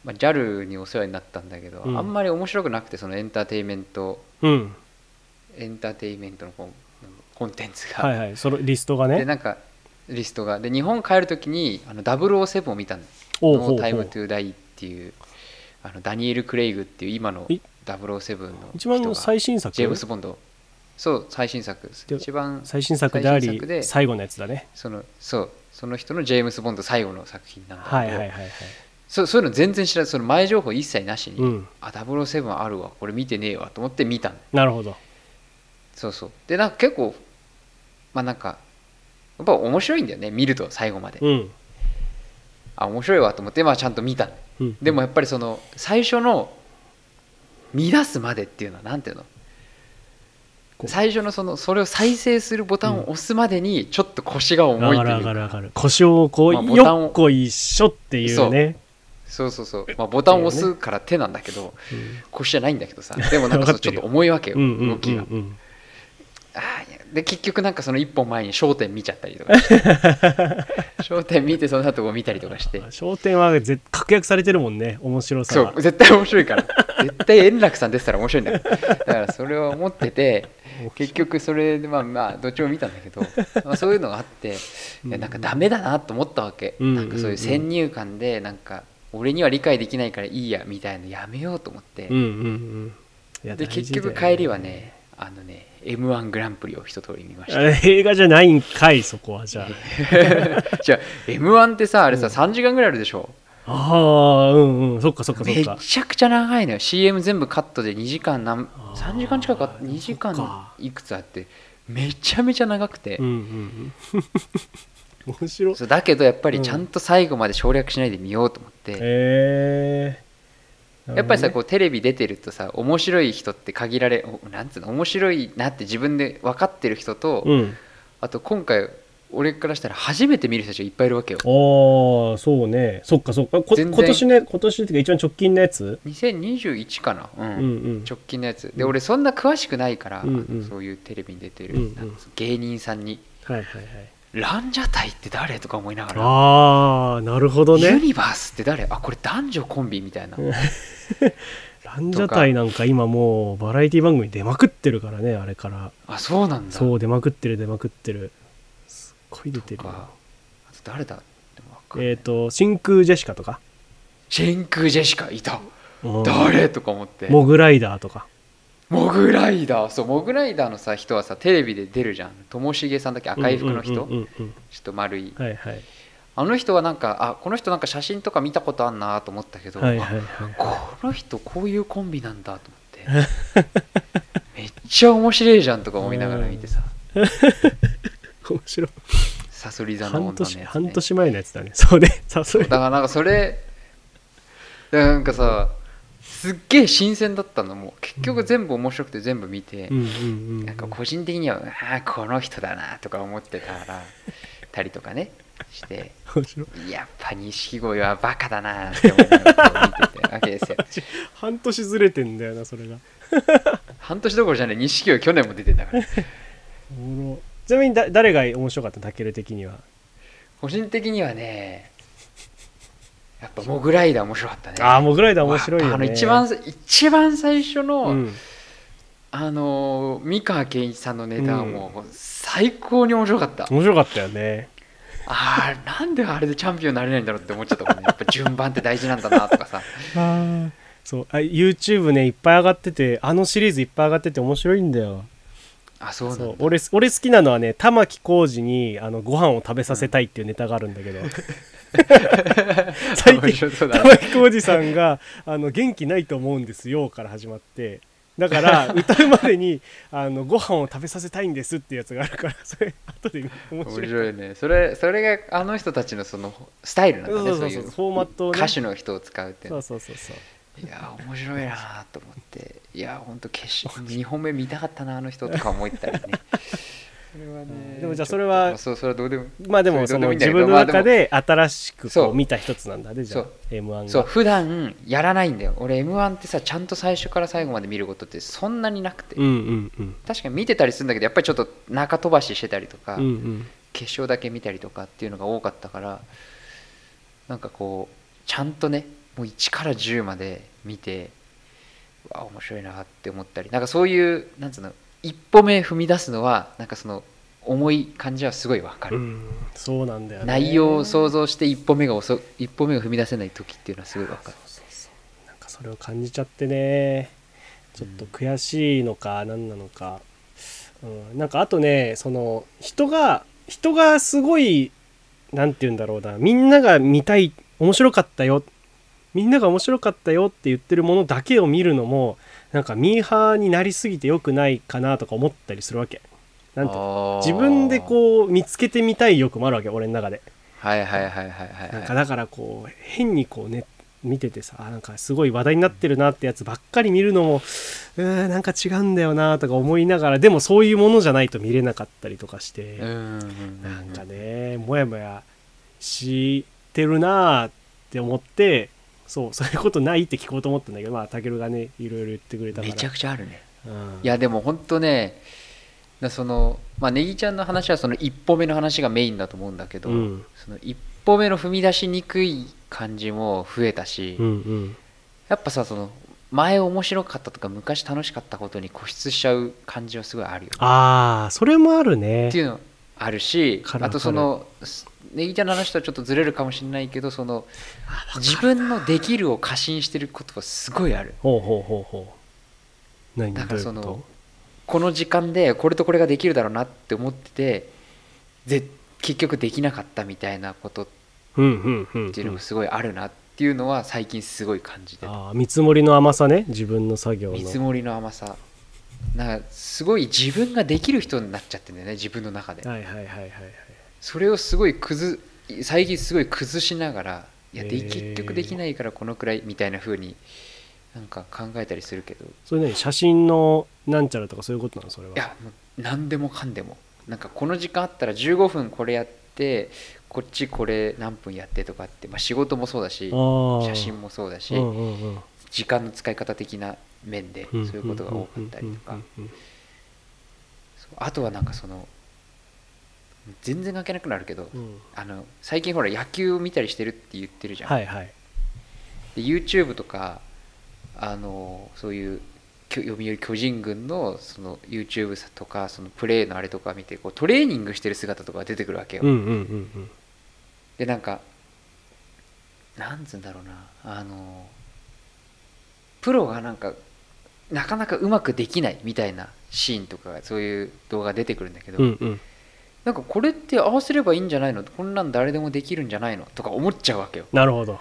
まあ、JAL にお世話になったんだけど、うんあんまり面白くなくてそのエンターテインメントうんエンターテインメントのコンコンテンツが、はいはいそのリストがねでなんかリストがで日本帰るときにあの007を見たんですおうノほうータイほムうトゥーダイっていうあのダニエル・クレイグっていう今のえ007の一番人が最新作ジェームス・ボンドそう最新作ですで一番最新作であ最新り作で最後のやつだねそのそうその人のジェームス・ボンド最後の作品なんだけど、はいはいはいはいそうそういうの全然知らないその前情報一切なしに、うんあ007あるわこれ見てねえわと思って見たのなるほどそうそうでなんか結構まあなんかやっぱ面白いんだよね見ると最後まで、うんあ面白いわと思って、まあ、ちゃんと見たのうんでもやっぱりその最初の見出すまでっていうのはなんていうのこう最初のそのそれを再生するボタンを押すまでにちょっと腰が重いと上いうがる上がかる上がる腰をこう、まあボタンをよっこいしょっていうねそうそうそう、まあ、ボタンを押すから手なんだけど腰じゃないんだけどさでも なんかそのちょっと重いわけようんうんうん動きがうんあーいやで結局なんかその一本前に『焦点』見ちゃったりとか して『焦点』見てその後を見たりとかしてあ焦点はぜ確約されてるもんね面白さそがう絶対面白いから絶対円楽さん出てたら面白いんだよだからそれを思ってて結局それでまあまあどっちも見たんだけど、まあ、そういうのがあっていやなんかダメだなと思ったわけ、うんなんかそういう先入観でなんか俺には理解できないからいいやみたいなのやめようと思って、うんうんうんいやで大結事だよね局帰りはねあのね m 1グランプリを一通り見ましあたれ 映画じゃないんかいそこはじゃ じゃあ m 1ってさあれさ3時間ぐらいあるでしょあああうんうんそっかそっかそめっっかちゃくちゃ長いのよ CM 全部カットで2時間なんあー3時間近くあ2時そっか間いくつあってめちゃめちゃ長くて、うんうんうん 面白いそうだけどやっぱりうんちゃんと最後まで省略しないで見ようと思って、へえやっぱりさここうテレビ出てるとさ面白い人って限られおなんつうの面白いなって自分で分かってる人と、うんあと今回俺からしたら初めて見る人たちがいっぱいいるわけよああそうねそっかそっかこ全然今年ね今年っていうか一番直近のやつ2021かなうん、うんうん直近のやつで、うん俺そんな詳しくないから、うんうんそういうテレビに出てる、うんうんなんか芸人さんにはいはいはいランジャタイって誰とか思いながら、ああなるほどユねニバースって誰あこれ男女コンビみたいな、うんランジャタイなんか今もうバラエティ番組出まくってるからねあれからあそうなんだそう出まくってる出まくってるすっごい出てとるかなあと誰だでもわかんないえっ、と真空ジェシカとか、真空ジェシカいたうん誰とか思ってモグライダーとかモグライダーそうモグライダーのさ人はさテレビで出るじゃんともしげさんだっけ赤い服の人、うんうんうんうんちょっと丸いはいはいあの人はなんかあこの人なんか写真とか見たことあんなと思ったけど、はいはいはいあこの人こういうコンビなんだと思ってめっちゃ面白いじゃんとか思いながら見てさ面白いサソリ座の女のや半つ、年ね、半年前のやつだねそうねさすがだからなんかそれだからなんかさすっげえ新鮮だったのもう結局全部面白くて全部見て、うんうんうんなんか個人的にはああこの人だなとか思ってたらたりとかねして面白いやっぱ錦鯉はバカだなって思いながら見てたわけですよ半年ずれてんだよなそれが半年どころじゃない錦鯉去年も出てんだからおもろちなみにだ誰が面白かったタケル的には個人的にはねやっぱモグライダー面白かったねああモグライダー面白いよねあの一番一番最初の、うんあのー三河健一さんのネタはもう最高に面白かった、面白かったよねあーなんであれでチャンピオンになれないんだろうって思っちゃったもんねやっぱ順番って大事なんだなとかさああそうあ YouTube ねいっぱい上がっててあのシリーズいっぱい上がってて面白いんだよあそうなんだそう俺俺好きなのはね玉置浩二にあのご飯を食べさせたいっていうネタがあるんだ けど、最面近白そうだ玉ね置浩二さんが「あの元気ないと思うんですよ」から始まってだから 歌うまでにあの「ご飯を食べさせたいんです」ってやつがあるからそれ後で面面白い白いねそれそれがあの人たちのそのスタイルなんだねそそうそうういそううフォーマットをね歌手の人を使うっていうそのうそうそうそういや面白いなと思っていや本当決勝2本目見たかったなあの人とか思ったりねそれはねでもじゃあそれちはょっとそうそれはどうでもまあでもそそれどのうで自もいいんだけど分の中で新しくそこうう見た一つなんだねじゃあそう m 1がそう普段やらないんだよ俺 m 1ってさちゃんと最初から最後まで見ることってそんなになくて、うんうんうん確かに見てたりするんだけどやっぱりちょっと中飛ばししてたりとか、うんうん決勝だけ見たりとかっていうのが多かったからなんかこうちゃんとねもう1から10まで見てうわ面白いなって思ったりなんかそういうなんつうの一歩目踏み出すのはなんかその重い感じはすごいわかうる、んそうなんだよね内容を想像して一歩目が遅一歩目を踏み出せない時っていうのはすごいわかるそうそうなんかそれを感じちゃってねちょっと悔しいのか何なのか、うん、なんかあとねその人が人がすごいなんて言うんだろうなみんなが見たい面白かったよみんなが面白かったよって言ってるものだけを見るのもなんかミーハーになりすぎてよくないかなとか思ったりするわけなんて自分でうこう見つけてみたい欲もあるわけ俺の中ではいはいはいはいはいなんはいかだからこう変にこうね見ててさあなんかすごい話題になってるなってやつばっかり見るのもうーんなんか違うんだよなとか思いながらでもそういうものじゃないと見れなかったりとかして、うんうんうんなんかねもやもやしてるなって思ってそうそういうことないって聞こうと思ったんだけどまあたけるがねいろいろ言ってくれたからめちゃくちゃあるねうんいやでも本当ねなそのまあネギちゃんの話はその一歩目の話がメインだと思うんだけど、うんその一歩目の踏み出しにくい感じも増えたし、うんうんやっぱさその前面白かったとか昔楽しかったことに固執しちゃう感じはすごいあるよねああそれもあるねっていうのあるしわかるあとそのすネギちゃんの話とはちょっとずれるかもしれないけどその自分のできるを過信してることはすごいあるほうほうほうほう何だからそどういうこのとこの時間でこれとこれができるだろうなって思っててぜ結局できなかったみたいなことっうんうんうんうんていうのがすごいあるなっていうのは最近すごい感じてたあー見積もりの甘さね自分の作業の見積もりの甘さなんかすごい自分ができる人になっちゃってんだよね自分の中ではいはいはいはいはいそれをすごい崩最近すごい崩しながらいやでへー結局できないからこのくらいみたいな風になんか考えたりするけどそれね写真のなんちゃらとかそういうことなのそれはいやもう何でもかんでもなんかこの時間あったら15分これやってこっちこれ何分やってとかって、まあ、仕事もそうだし写写真もそうだし、うんうんうん時間の使い方的な面でそううんいうことが多かったりとうかんうんうんそうあとはなんかその全然関係なくなるけど、うんうんうんあの最近ほら野球を見たりしてるって言ってるじゃん、はいはいで YouTube とかあのそういうきょ読売巨人軍のその YouTube さとかそのプレーのあれとか見てこうトレーニングしてる姿とかが出てくるわけよ、うんうんうんでなんかなんつうんだろうなあのプロがなんかなかなかうまくできないみたいなシーンとかがそういう動画が出てくるんだけど、うんうんなんかこれって合わせればいいんじゃないのこんなん誰でもできるんじゃないのとか思っちゃうわけよなるほど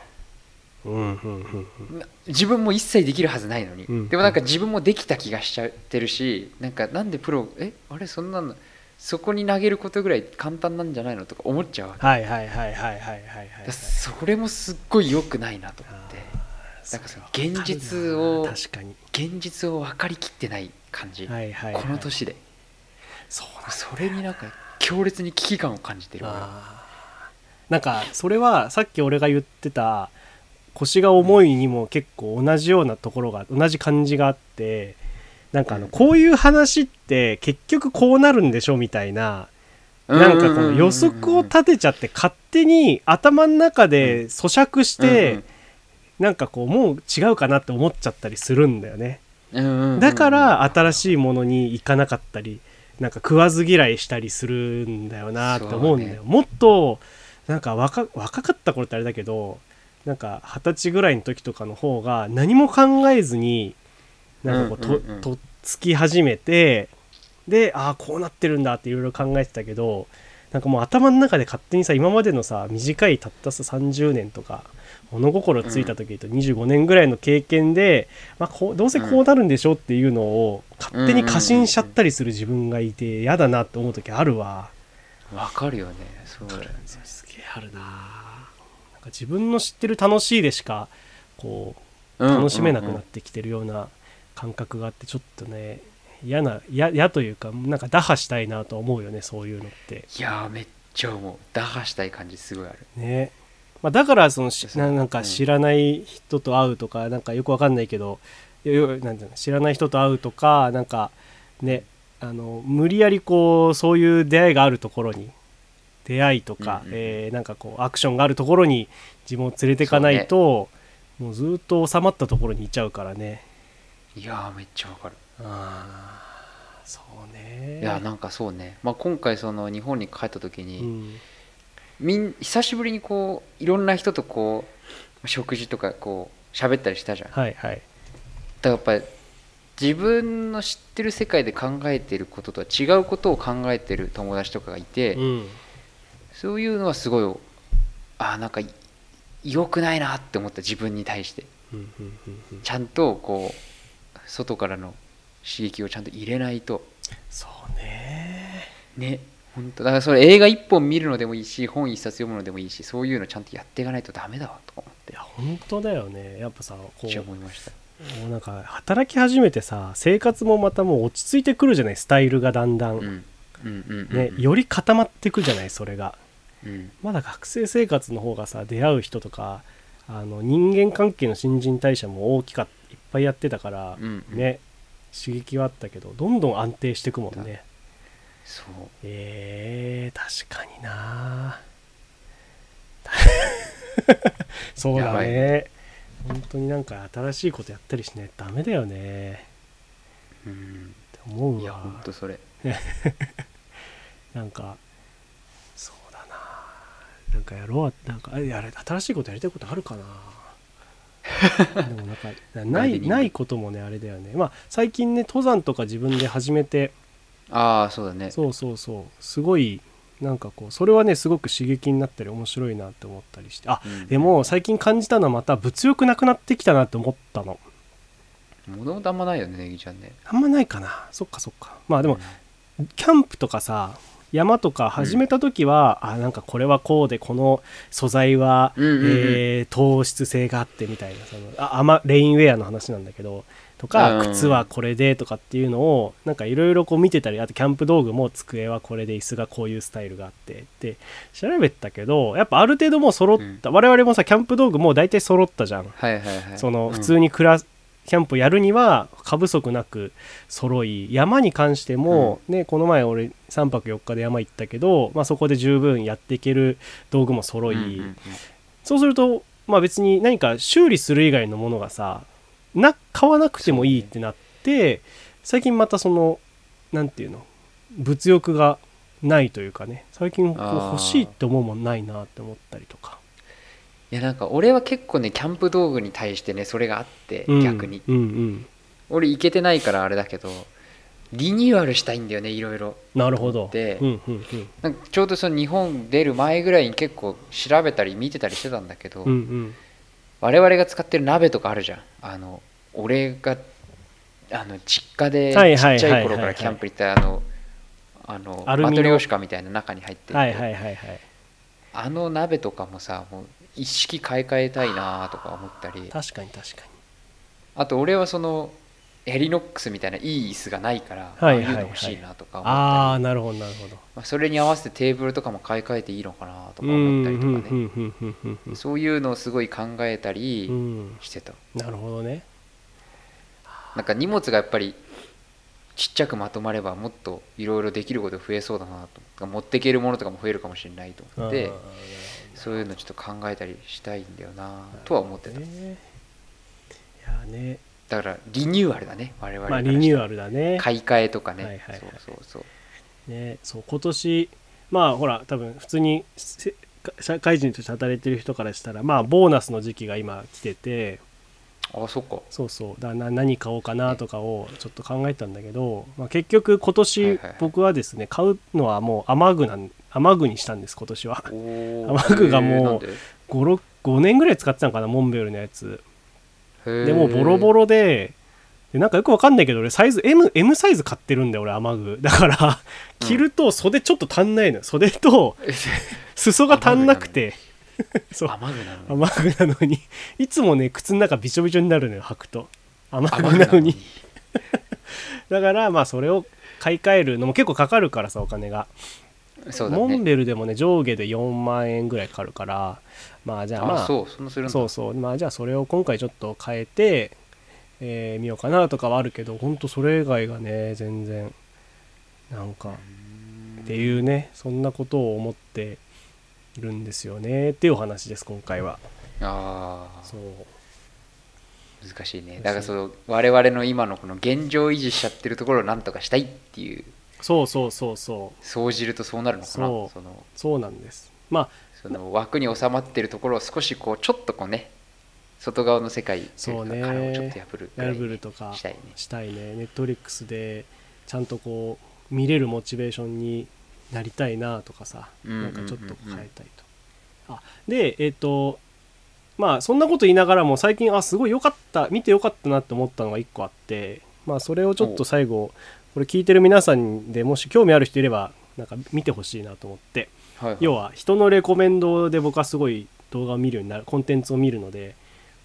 うんうんうんな自分も一切できるはずないのに、うんでもなんか自分もできた気がしちゃってるしなんかなんでプロえあれそんなのそこに投げることぐらい簡単なんじゃないのとか思っちゃうわけだかはいはいはいはいはいはいはいらそれもすっごい良くないなと思ってなんかその現実をあー確かに現実を分かりきってない感じ、はいはいはいこの年でそうなんだよそれになんか強烈に危機感を感じてる俺はあーなんかそれはさっき俺が言ってた腰が重いにも結構同じようなところが同じ感じがあってなんかあうのんこういう話って結局こうなるんでしょみたいなうんなんかこの予測を立てちゃって勝手に頭の中で咀嚼してなんかこうもう違うかなって思っちゃったりするんだよねうんうんうんうんだから新しいものに行かなかったりなんか食わず嫌いしたりするんだよなって思うんだそよもっとなんか若若かった頃ってあれだけどなんか二十歳ぐらいの時とかの方が何も考えずになんかこうと,、うんうんうんとっつき始めてでああこうなってるんだっていろいろ考えてたけどなんかもう頭の中で勝手にさ今までのさ短いたったさ30年とか物心ついた時と25年ぐらいの経験で、まあ、こうどうせこうなるんでしょっていうのを勝手に過信しちゃったりする自分がいて嫌だなって思う時あるわ。分かるよねそうだよねそれすげえあるななんか自分の知ってる楽しいでしかこう楽しめなくなってきてるような感覚があってちょっとね嫌な嫌嫌というかなんか打破したいなと思うよねそういうのっていやーめっちゃ思う打破したい感じすごいあるね、まあ、だからそのしそうななんか知らない人と会うとかなんかよくわかんないけどよよなんていうの知らない人と会うとかなんかねあの無理やりこうそういう出会いがあるところに出会いとか、うんうんえーなんかこうアクションがあるところに自分を連れていかないともうずっと収まったところにいちゃうからねいやーめっちゃわかるああそうねいやなんかそうね、まあ、今回その日本に帰った時うに、んみん久しぶりにこういろんな人とこう食事とかこう喋ったりしたじゃんだかはいはいらやっぱり自分の知ってる世界で考えてることとは違うことを考えてる友達とかがいて、うんそういうのはすごいあーなんかい良くないなって思った自分に対してうんうんうんうんちゃんとこう外からの刺激をちゃんと入れないとそうねね本当だからそれ映画一本見るのでもいいし本一冊読むのでもいいしそういうのちゃんとやっていかないとダメだわとか思っいてや本当だよねやっぱさこう一応思いましたもうなんか働き始めてさ生活もまたもう落ち着いてくるじゃないスタイルがだんだん、うんうんうんうんね、より固まってくじゃないそれがうんまだ学生生活の方がさ出会う人とかあの人間関係の新陳代謝も大きかいっぱいやってたから、うんうんね刺激はあったけどどんどん安定してくもんねそうえー、確かにな そうだね本当になんか新しいことやったりしないとダメだよねうんって思ういやわ本当それなんかそうだななんかやろうなんかあれあれ新しいことやりたいことあるかなでもなんかな なガーデニいングないこともねあれだよねまあ最近ね登山とか自分で始めてああそうだねそうそうそうすごいなんかこうそれはねすごく刺激になったり面白いなって思ったりしてあうんでも最近感じたのはまた物欲なくなってきたなって思ったの物事あんまないよねネギちゃんねあんまないかなそっかそっかまあでもうんキャンプとかさ山とか始めた時は、あなんかこれはこうでこの素材は、うんうんうんえー糖質性があってみたいなそのああまレインウェアの話なんだけどとか、うん靴はこれでとかっていうのをなんかいろいろこう見てたりあとキャンプ道具も机はこれで椅子がこういうスタイルがあってって調べてたけどやっぱある程度もう揃った、我々もさキャンプ道具もう大体揃ったじゃん。はいはいはいそのうん普通に暮らすキャンプをやるには過不足なく揃い山に関しても、ね、この前俺3泊4日で山行ったけど、まあ、そこで十分やっていける道具も揃うんい、うんうんそうすると、まあ、別に何か修理する以外のものがさな買わなくてもいいってなって、最近またそのなんていうの物欲がないというかね最近こうあー欲しいって思うもんないなって思ったりとか。いやなんか俺は結構ねキャンプ道具に対してねそれがあってうん逆にうんうん、俺行けてないからあれだけどリニューアルしたいんだよねいろいろなるほど。でうんうんうんなんかちょうどその日本出る前ぐらいに結構調べたり見てたりしてたんだけど、うんうん我々が使ってる鍋とかあるじゃんあの俺があの実家ではいちはいはいはいはいっちゃい頃からキャンプ行ったあのあのアルミマのトリョーシカみたいな中に入っててはいはいはいはいあの鍋とかもさもう一式買い替えたいなとか思ったり確かに確かにあと俺はそのヘリノックスみたいないい椅子がないから、はいはいはいああいうの欲しいなとか思ったりああなるほどなるほどまあ、それに合わせてテーブルとかも買い替えていいのかなとかうんうん思ったりとかね、うんうんうんうんうんそういうのをすごい考えたうりんしてた、なるほどねなんか荷物がやっぱりちっちゃくまとまればもっといろいろできること増えそうだなと持っていけるものとかも増えるかもしれないと思ってあーそういうのちょっと考えたりしたいんだよなとは思ってたねいやーねだからリニューアルだね我々まあリニューアアルだね買い替えとかね、はいはいはいそうそうそうねそう今年まあほら多分普通にせ社会人として働いてる人からしたらまあボーナスの時期が今来ててあそっかそうそうだな何買おうかなとかをちょっと考えたんだけど、まあ、結局今年、はいはいはい僕はですね買うのはもう雨具なん雨具にしたんです今年は おー雨具がもうへーなんで5 5年ぐらい使ってたのかなモンベルのやつへーでもうボロボロででなんかよくわかんないけど俺サイズ M, M サイズ買ってるんだよ俺雨具 だからうん着ると袖ちょっと足んないのよ袖と裾が足んなくてそう雨具な のに雨具なのにいつもね靴の中びしょびしょになるのよ履くと雨雨具なのにだからまあそれを買い替えるのも結構かかるからさお金が、そうだモンねベルでもね上下で4万円ぐらいかかるからまあじゃあまああそうそんなするんだそうそうまあじゃあそれを今回ちょっと変えてみ、えー見ようかなとかはあるけどほんとそれ以外がね全然なんかっていうねそんなことを思っているんですよねっていうお話です今回はああそう難しいねだからその我々の今のこの現状維持しちゃってるところをなんとかしたいっていうそうそうそうそう総じるとそうなるのかなそそうのそうなんですまあその枠に収まってるところを少しこうちょっとこうね外側の世界といそううかね殻をちょっと破るぐらラいイブルとかしたいねしたいねネットリックスでちゃんとこう見れるモチベーションになりたいなとかさうんうんうんなうんんかちょっと変えたいとあでえっ、とまあそんなこと言いながらも最近あすごい良かった見て良かったなって思ったのが1個あってまあそれをちょっと最後これ聞いてる皆さんでもし興味ある人いればなんか見てほしいなと思ってはいはい要は人のレコメンドで僕はすごい動画を見るようになるコンテンツを見るので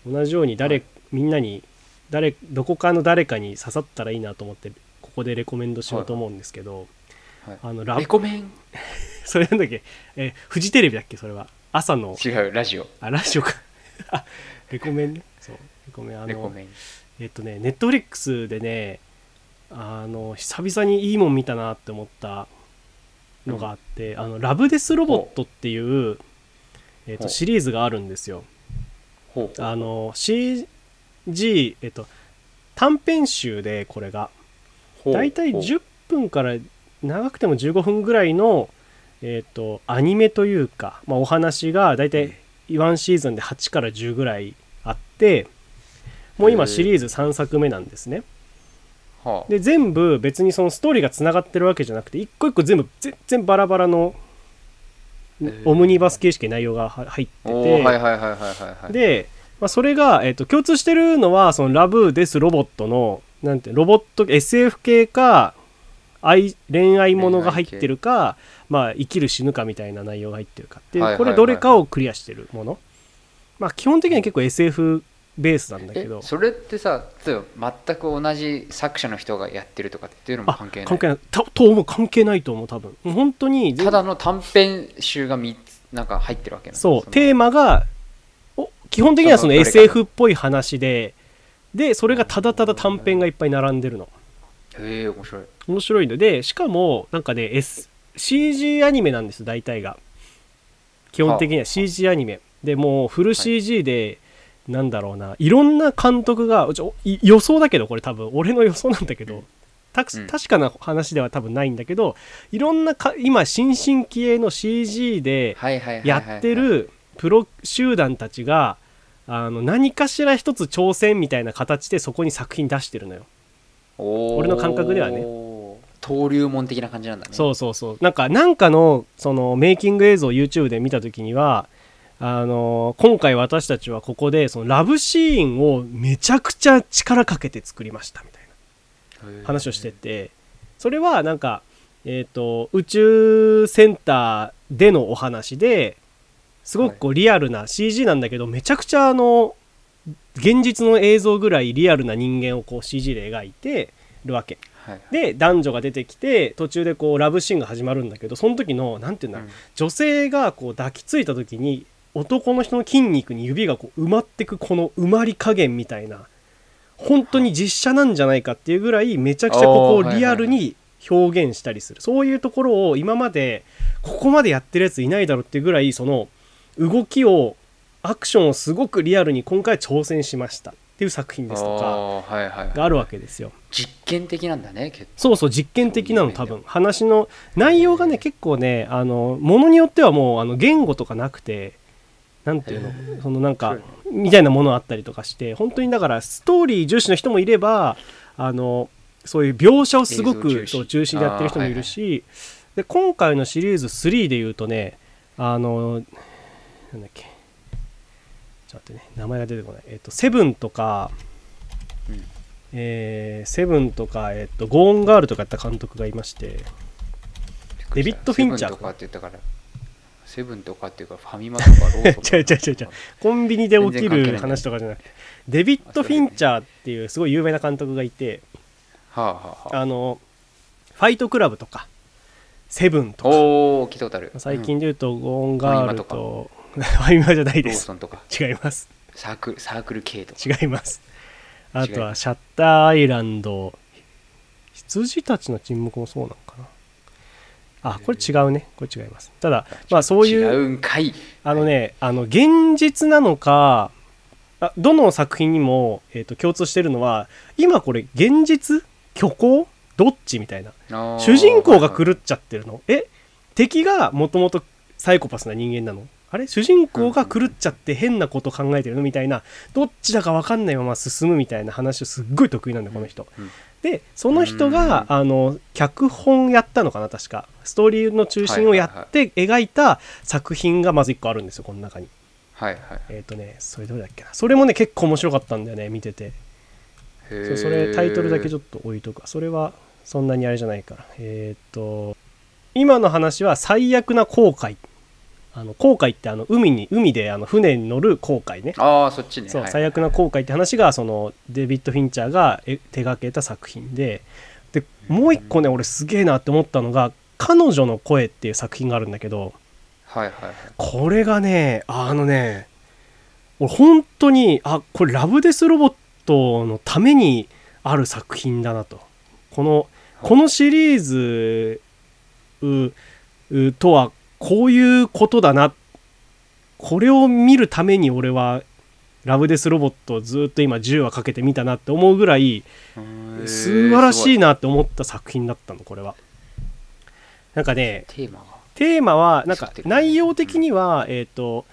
同じように誰、はいみんなに誰どこかの誰かに刺さったらいいなと思ってここでレコメンドしようと思うんですけど、はいあのラレコメン それなんだっけ、えーフジテレビだっけそれは朝の違うラジオあラジオかあレコメンねそうレコメンあレコのメンえっとねネットフリックスでねあの久々にいいもん見たなって思ったのがあって「あのラブデスロボット」っていう、えっほと、うシリーズがあるんですよ。ほうあの CG、えっと、短編集でこれがほう大体ほう10分から長くても15分ぐらいの、えっと、アニメというか、まあ、お話が大体1シーズンで8から10ぐらいあってもうへ今ーシリーズ3作目なんですね。はあで全部別にそのストーリーがつながってるわけじゃなくて一個一個全部全然バラバラのへーオムニバス形式で内容がは入っておーて、はいはいはいはいはいはいで、まあ、それが、えっと共通してるのはそのラブ・デス・ロボットのなんてロボット SF 系か愛恋愛ものが入ってるか、まあ、生きる死ぬかみたいな内容が入ってるかっていう、はいはいはいこれどれかをクリアしてるもの、まあ、基本的には結構 SF ベースなんだけどえそれってさ例えば全く同じ作者の人がやってるとかっていうのも関係あない関係ないたと思う関係ないと思う多分もう本当に全ただの短編集が3つなんか入ってるわけなのそうのテーマがお基本的にはそのそのどれかが SF っぽい話ででそれがただただ短編がいっぱい並んでるのへえ面白い面白いのでしかもなんかね、S、CG アニメなんです大体が基本的には CG アニメでもうフル CG で、なんだろうないろんな監督がちょい予想だけどこれ多分俺の予想なんだけど、たくうん確かな話では多分ないんだけどいろんなか今新進気鋭の CG で、はいはいはいはいはいやってるプロ集団たちがあの何かしら一つ挑戦みたいな形でそこに作品出してるのよ、俺俺の感覚ではね登竜門的な感じなんだねそうそうそうなんかなんかのそのメイキング映像を YouTube で見た時にはあの今回私たちはここでそのラブシーンをめちゃくちゃ力かけて作りましたみたいなへえ話をしててそれはなんか、えー、と宇宙センターでのお話ですごくこうリアルな CG なんだけどめちゃくちゃあの現実の映像ぐらいリアルな人間をこう CG で描いてるわけはいで男女が出てきて途中でこうラブシーンが始まるんだけどその時の何て言うんだろう、うん女性がこう抱きついた時に男の人の筋肉に指がこう埋まってくこの埋まり加減みたいな本当に実写なんじゃないかっていうぐらいめちゃくちゃここをリアルに表現したりするそういうところを今までここまでやってるやついないだろうっていうぐらいその動きをアクションをすごくリアルに今回挑戦しましたっていう作品ですとかあーはいはいがはいあるわけですよ。実験的なんだね結そうそう実験的なのそ多ういう面分話の内容がね結構ねあのものによってはもうあの言語とかなくてなんていうへのそのなんか面みたいなものあったりとかして本当にだからストーリー重視の人もいればあのそういう描写をすご映像く重視そう中心でやってる人もいるしで今回のシリーズ3でいうとねあのなんだっけちょっと待ってね名前が出てこないえっと「セブンとかうんえーセブンとか、えっと、ゴーンガールとかやった監督がいまして、デビッドフィンチャーセブンとかって言ったからセブンとかっていうからファミマとかローソンとか 違う違う違う違うコンビニで起き全然関係ないるね話とかじゃなくて、デビッド・フィンチャーっていうすごい有名な監督がいて、はあはあはああのファイトクラブとかセブンとかおお聞いたことある最うん近で言うとゴーンガールファとファイマーじゃなロいでーすソンとか違いますサークルサークル系とか違いますあと違はシャッターアイランド羊たちの沈黙もそうなのかなあこれ違うねこれ違いますただまあそうい違ううんかいあのねあの現実なのかあどの作品にも、えー、と共通してるのは今これ現実虚構どっちみたいな主人公が狂っちゃってるのえ敵がもともとサイコパスな人間なのあれ主人公が狂っちゃって変なこと考えてるのみたいなどっちだか分かんないまま進むみたいな話をすっごい得意なんだよこの人うんでその人がうあの脚本やったのかな確かストーリーの中心をやって描いた作品がまず1個あるんですよこの中にはいはいえっ、とねそれどれだっけなそれもね結構面白かったんだよね見ててへそうーそれタイトルだけちょっと置いとくわそれはそんなにあれじゃないからえーっと今の話は最悪な航海あの航海ってあの海に海であの船に乗る航海ねああそっちねそうはい最悪な航海って話がそのデビッド・フィンチャーがえ手がけた作品ででもう一個ね俺すげえなって思ったのが「彼女の声」っていう作品があるんだけどはいはいはいこれがねあのね俺本当にあこれラブデスロボットのためにある作品だなとこのこのシリーズううとはこういうことだなこれを見るために俺はラブデスロボットをずっと今10話かけて見たなって思うぐらい、素晴らしいいなって思った作品だったのこれは。なんかねテーマがテーマはなんかそうだよね内容的にはえっ、と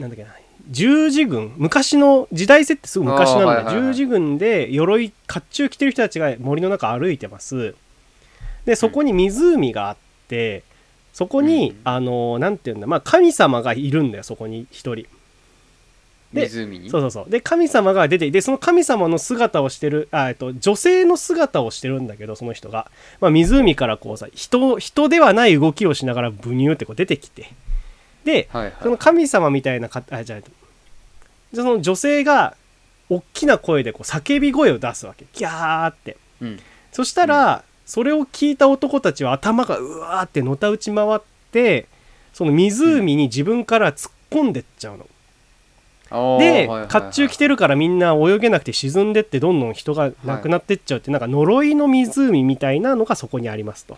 なんだっけな十字軍昔の時代設定すごい昔なんだよ、あーはいはいはい十字軍で鎧甲冑着てる人たちが森の中歩いてますでそこに湖があってそこに、うんあのなんていうんだまあ神様がいるんだよそこに一人で湖にそうそうそうで神様が出てでその神様の姿をしてるあ、えっと、女性の姿をしてるんだけどその人が、まあ、湖からこうさ人人ではない動きをしながらブニューってこう出てきてではいはいその神様みたいなかあじゃあその女性が大きな声でこう叫び声を出すわけギャーってうんそしたら、それを聞いた男たちは頭がうわーってのたうち回ってその湖に自分から突っ込んでっちゃうの。あーではいはいはい甲冑着てるからみんな泳げなくて沈んでってどんどん人が亡くなってっちゃうって、なんか呪いの湖みたいなのがそこにありますと。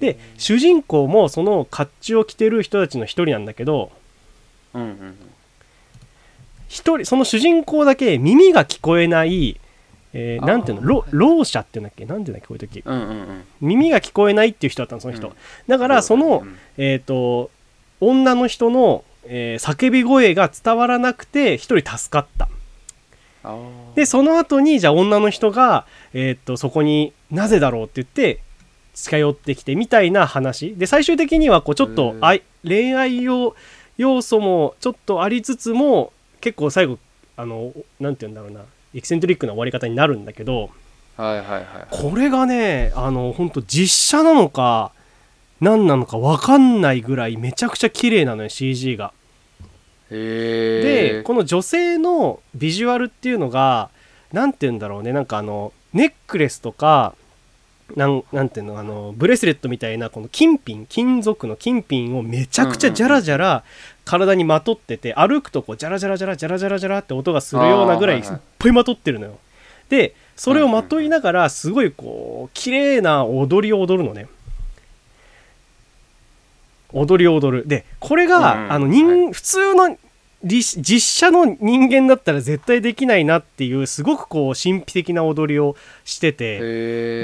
で主人公もその甲冑を着てる人たちの一人なんだけどうんうんうん一人その主人公だけ耳が聞こえない、えーあーなんていうのろろう者っていうんだっけなんていうんだっけこういう時うんうんうん耳が聞こえないっていう人だったのその人、うんだからその、うんえー、と女の人の、えー叫び声が伝わらなくて一人助かったあーでその後にじゃあ女の人が、えーっとそこになぜだろうって言って近寄ってきてみたいな話で最終的にはこうちょっとへーあい恋愛要要素もちょっとありつつも結構最後あのなんて言うんだろうなエキセントリックな終わり方になるんだけどはいはいはいこれがねあの本当実写なのか何なのか分かんないぐらいめちゃくちゃ綺麗なのよ CG が。へでえこの女性のビジュアルっていうのがなんて言うんだろうねなんかあのネックレスとかなんなんていうのあのブレスレットみたいなこの金品金属の金品をめちゃくちゃジャラジャラ体にまとってて歩くとこうジャラジャラジャラジャラジャラジャラって音がするようなぐらいあーはいいはっいぱいまとってるのよ。でそれをまといながらすごいこう綺麗な踊りを踊るのね。踊りを踊るでこれが、うんあの人、は普通のりし実写の人間だったら絶対できないなっていうすごくこう神秘的な踊りをしててへ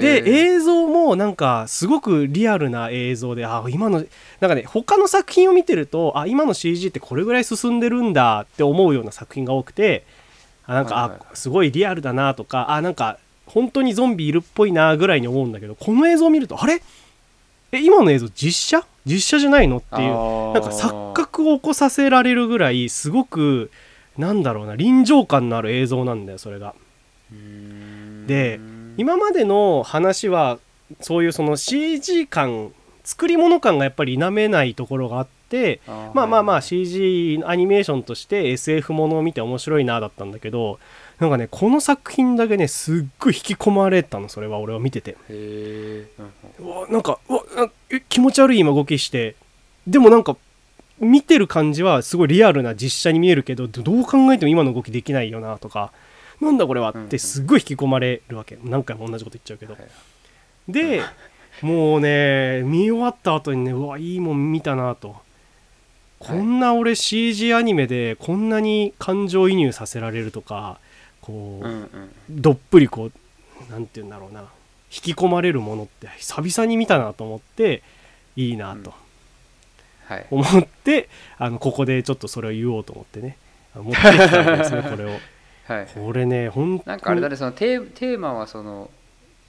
でえ映像もなんかすごくリアルな映像であ今のなんかね他の作品を見てるとあ今の CG ってこれぐらい進んでるんだって思うような作品が多くてあなんか、はいはいあすごいリアルだなとかあなんか本当にゾンビいるっぽいなぐらいに思うんだけどこの映像を見るとあれえ今の映像実写実写じゃないのっていうなんか錯覚を起こさせられるぐらいすごくなんだろうな臨場感のある映像なんだよそれが。で今までの話はそういうその CG 感作り物感がやっぱり否めないところがあってまあまあまあ CG アニメーションとして SF ものを見て面白いなだったんだけどなんかねこの作品だけねすっごい引き込まれたのそれは俺は見ててへえ、うんうわなんかうわなんえ気持ち悪い今動きしてでもなんか見てる感じはすごいリアルな実写に見えるけどどどう考えても今の動きできないよなとかなんだこれはっうんうてんすっごい引き込まれるわけ何回も同じこと言っちゃうけどはいでもうね見終わった後にねうわいいもん見たなとこんな俺 CG アニメでこんなに感情移入させられるとかこう、うんうんどっぷりこう何て言うんだろうな引き込まれるものって久々に見たなと思っていいなとはい思って、あのここでちょっとそれを言おうと思ってねあの持ってきた んですねこれをはいこれね本当なんかあれだねそのテーテーマはその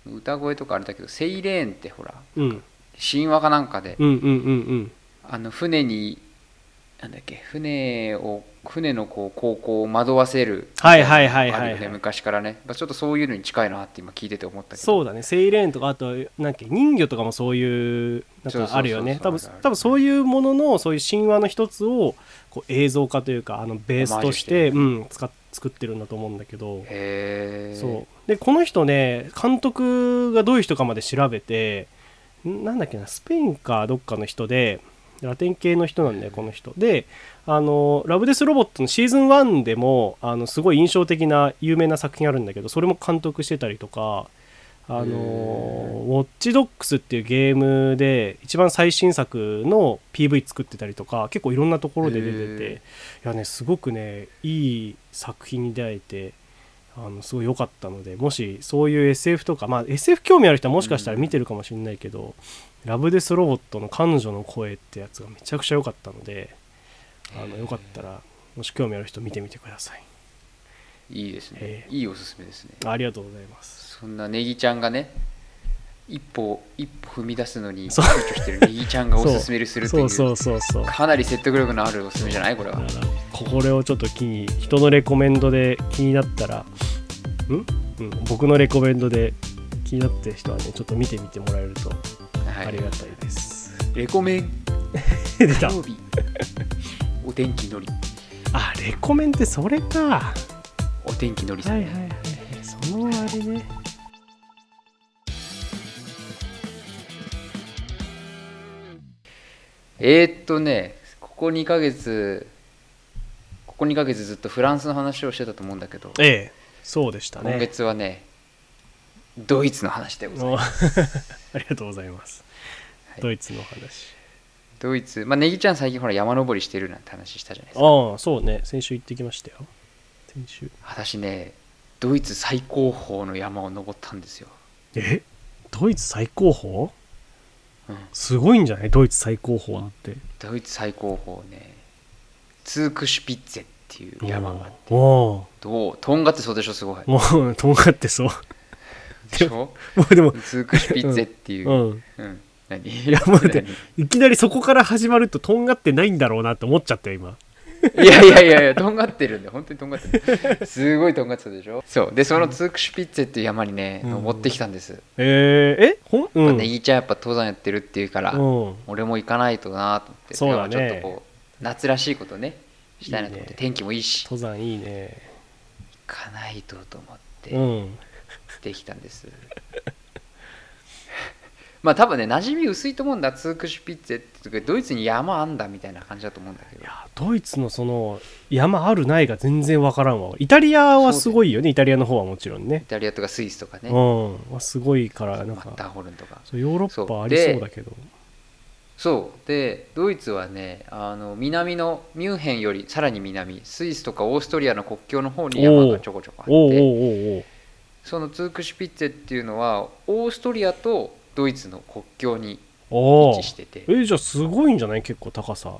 歌声とかあれだけど「セイレーン」ってほらうん神話かなんかで、うんうんうんあの船になんだっけ船を船のこう航行を惑わせるはいはいはいはいあるよね昔からねまあちょっとそういうのに近いなって今聞いてて思ったけどそうだねセイレーンとかあとなんか人魚とかもそういうなんそうそうそうかそうあるよね多分あるある多分そういうもののそういう神話の一つをこう映像化というかあのベースとしてオうん使っ作ってるんだと思うんだけどへえそうでこの人ね監督がどういう人かまで調べてんなんだっけなスペインかどっかの人でラテン系の人なんだよこの人であの「ラブデス・ロボット」のシーズン1でもあのすごい印象的な有名な作品あるんだけどそれも監督してたりとかあのへウーォッチドックスっていうゲームで一番最新作の PV 作ってたりとか結構いろんなところで出ててへいやねすごくねいい作品に出会えてあのすごい良かったのでもしそういう SF とか、まあ、SF 興味ある人はもしかしたら見てるかもしれないけど「ラブデス・ロボット」の彼女の声ってやつがめちゃくちゃ良かったのであのよかったらもし興味ある人見てみてくださいいいですねへいいおすすめですねありがとうございますそんなネギちゃんがね一歩一歩踏み出すのに躊そう躇してるネギちゃんがおすすめするといそうそううそうそうかなり説得力のあるおすすめじゃないこれはだからこれをちょっと気に人のレコメンドで気になったらん、うん、僕のレコメンドで気になってる人はねちょっと見てみてもらえるとはありいがたいです、 レコメン出火た曜日 お天気のりあレコメンってそれかお天気のりさはんいねはいはいそのあれねえーっとね、ここ2ヶ月、ここ2ヶ月ずっとフランスの話をしてたと思うんだけど、ええそうでした今ね月はね、ドイツの話でございます。お ありがとうございます、はいドイツの話ドイツ、まあ、ネギちゃん最近ほら山登りしてるなんて話したじゃないですか。ああそうね先週行ってきましたよ先週私ね、ドイツ最高峰の山を登ったんですよ。えドイツ最高峰うんすごいんじゃないドイツ最高峰なんてドイツ最高峰ね、ツークシュピッツェっていう山があって、おおどうとんがってそうでしょ、すごい。もうとんがってそう でしょもうでもツークシュピッツェって いうう。んうん、何 いや待っていきなりそこから始まるととんがってないんだろうなって思っちゃったよ今 いやいやいやいや、とんがってるんで、本当にとんがってる。すごいとんがってたでしょ。そう。で、そのツークシュピッツェっていう山にね、うん登ってきたんです。えー、えほんうまあん、ネギちゃんやっぱ登山やってるっていうから、うん俺も行かないとなと思って、そうだねやっぱちょっとこう、夏らしいことね、したいなと思って、いいね天気もいいし、行登山いいねかないとと思って、うんできたんです。 まあ多分ね、馴染み薄いと思うんだ、ツークシュピッツェって、ドイツに山あんだみたいな感じだと思うんだけいど。やドイツのその山あるないが全然わからんわイタリアはすごいよねイタリアの方はもちろんねイタリアとかスイスとかね、うマんはすごいからなんッターかホルンとか。そうヨーロッパありそうだけどそうでドイツはねあの南のミュンヘンよりさらに南スイスとかオーストリアの国境の方に山がちょこちょこあっておうおうおうおうそのツークシュピッツェっていうのはオーストリアとドイツの国境に位おお置しててえじゃあすごいんじゃない結構高さ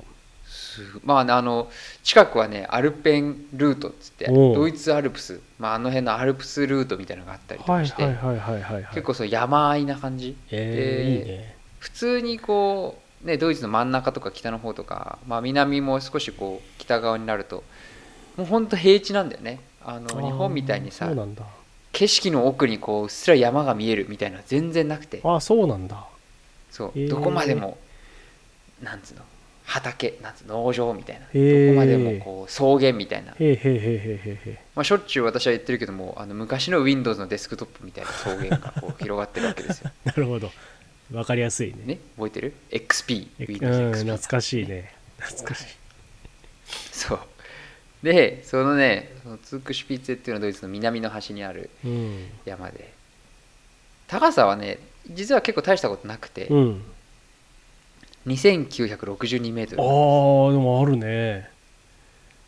すまあねあの近くはねアルペンルートっつっておうドイツアルプス、まあ、あの辺のアルプスルートみたいなのがあったりとはかいして、はいはいはいはいはい結構そう山あいな感じえー、いいね普通にこう、ね、ドイツの真ん中とか北の方とか、まあ、南も少しこう北側になるともうほんと平地なんだよねあのあー日本みたいにさそうなんだ景色の奥にこううっすら山が見えるみたいなのは全然なくてあそうなんだそう、へーどこまでもなんつうの畑なんつう農場みたいなどこへえまでもこう草原みたいな、へえへえへえへえへえまあ、しょっちゅう私は言ってるけどもあの昔の Windows のデスクトップみたいな草原がこう広がってるわけ ですよ、なるほどわかりやすいねね、覚えてる XP え Windows うん XP 懐かしいね懐かしいそうでそのねそのツークシュピッツェっていうのはドイツの南の端にあるうん山で高さはね実は結構大したことなくて、うん2962メートあルーでもあるね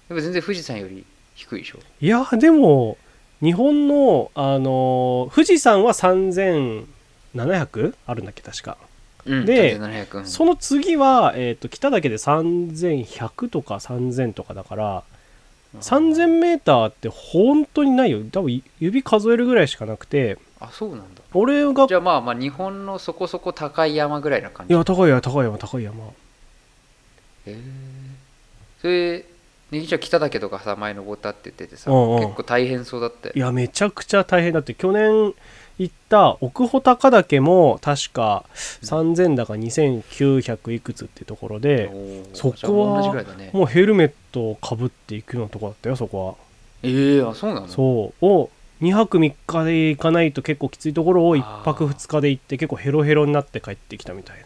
でも全然富士山より低いでしょいやでも日本の、あのー富士山は3700あるんだっけ確か、うんで3700うんその次は、えー、と北だけで3100とか3000とかだからうん 3000m って本当にないよ多分指数えるぐらいしかなくてあそうなんだ俺がじゃあまあまあ日本のそこそこ高い山ぐらいな感いじや高い山高い山高い山へえそれネギちゃん北岳とかさ前登ったって言っててさうんうん結構大変そうだったよいやめちゃくちゃ大変だって去年行った奥穂高岳も確か3000だか2900いくつってところで、おーそこはじゃあもう同じぐらいだねもうヘルメットをかぶっていくようなとこだったよそこは、ええあそうなのそうを2泊3日で行かないと結構きついところをあー1泊2日で行って結構ヘロヘロになって帰ってきたみたいな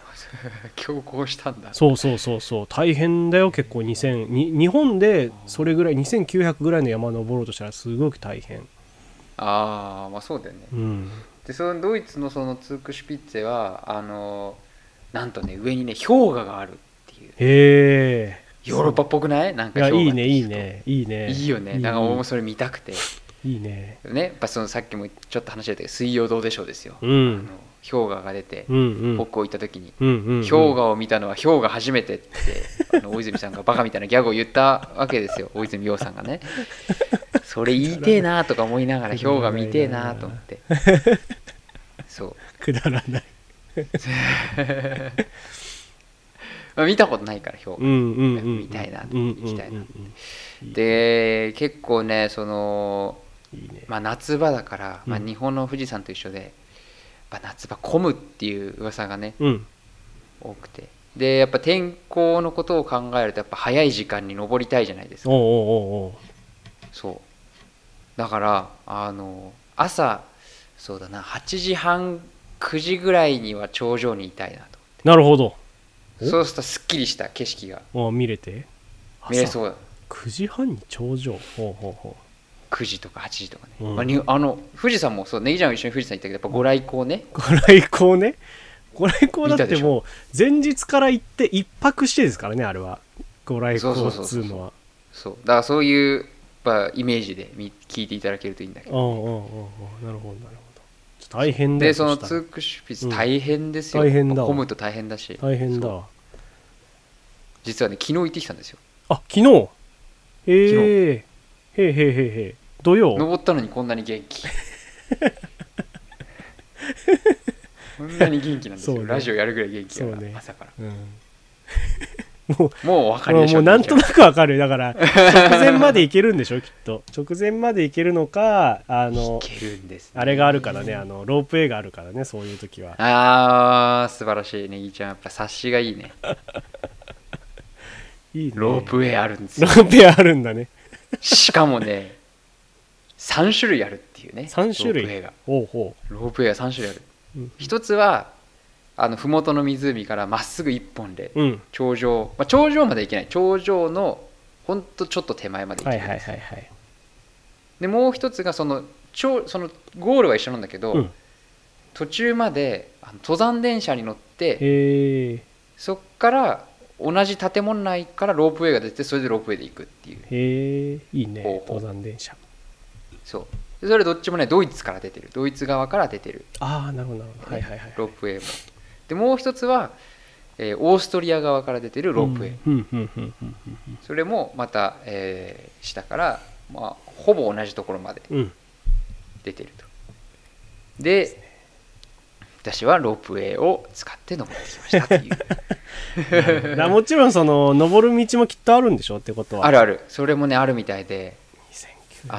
強行したんだそうそうそうそう大変だよ結構2000に日本でそれぐらい2900ぐらいの山登ろうとしたらすごく大変ああまあそうだよねうんでそのドイツのそのツークシュピッツェはあのなんとね上にね氷河があるっていうへえヨーロッパっぽくないなんいかや氷河いいねって聞くといいねいいねいいよねだから俺もそれ見たくていいねねやっぱそのさっきもちょっと話してたけど水曜どうでしょうですよ、うあのん氷河が出てうんうん北欧行った時にうんうんうん氷河を見たのは氷河初めてって あの大泉さんがバカみたいなギャグを言ったわけですよ大泉洋さんがねそれ言いてえなとか思いながら氷河見てえなと思ってそうくだら ないまあ見たことないから氷う河んうんうんみたいなうん行きたいなうんうんうんで結構ねその、いいねまあ、夏場だから、まあ、うん日本の富士山と一緒で、まあ、夏場混むっていう噂がねうん多くてでやっぱ天候のことを考えるとやっぱ早い時間に登りたいじゃないですかおうおうおうおうそうだからあの朝そうだな8時半9時ぐらいには頂上にいたいなとなるほどおそうするとすっきりした景色があ見れて見れうそうだ9時半に頂上ほうほう ほ9時とか8時とかね、うんまあにあの富士山もそうネギちゃんも一緒に富士山行ったけどやっぱご来光ねうご来光ねご来光だ見ったでてしもう前日から行って一泊してですからねあれはご来光っそうつそううそうのそはそうだからそういうやっぱイメージで見聞いていただけるといいんだけうどんうんうんうんなるほどなるほどちょっと大変だよでそのしたらツークシュピスうん大変ですよ、大変だわ混むと大変だし大変だそうわ実はね昨日行ってきたんですよあ昨日へえへえへえへえへえ土曜登ったのにこんなに元 気こんなに元気なんですよ、そうねラジオやるぐらい元気だから、そうね朝からうんもうお分かりまであしもょうなんとななくわかるだから直前までいけるんでしょきっと直前までいけるのかあのいけるんですね、あれがあるからねあのロープウェイがあるからねそういう時はあー素晴らしいねぎちゃんやっぱ察しがいいねいいねロープウェイあるんですロよープウェイあるん だねしかもね3種類あるっていうね3種ロー類プウェイがほうほロープウェイが3種類あるううん一つはあの麓の湖からまっすぐ一本でうん頂上、まあ、頂上まで行けない頂上のほんとちょっと手前まで行けはるいはいはいはいでもう一つがその超そのゴールは一緒なんだけど、うん途中まであの登山電車に乗ってへえそっから同じ建物内からロープウェイが出てそれでロープウェイで行くっていうへえいいねほうほう登山電車そうでそれどっちもねドイツから出てるドイツ側から出てるああなるほどなるほどはいはいはいロープウェイもでもう一つは、えーオーストリア側から出てるロープウェイ、うんうんうんうんうんそれもまた、えー下から、まあ、ほぼ同じところまでうんうん出てるとで私はロープウェイを使って登ってきましたと いうだからもちろんその登る道もきっとあるんでしょってことはあるあるそれもねあるみたいで2009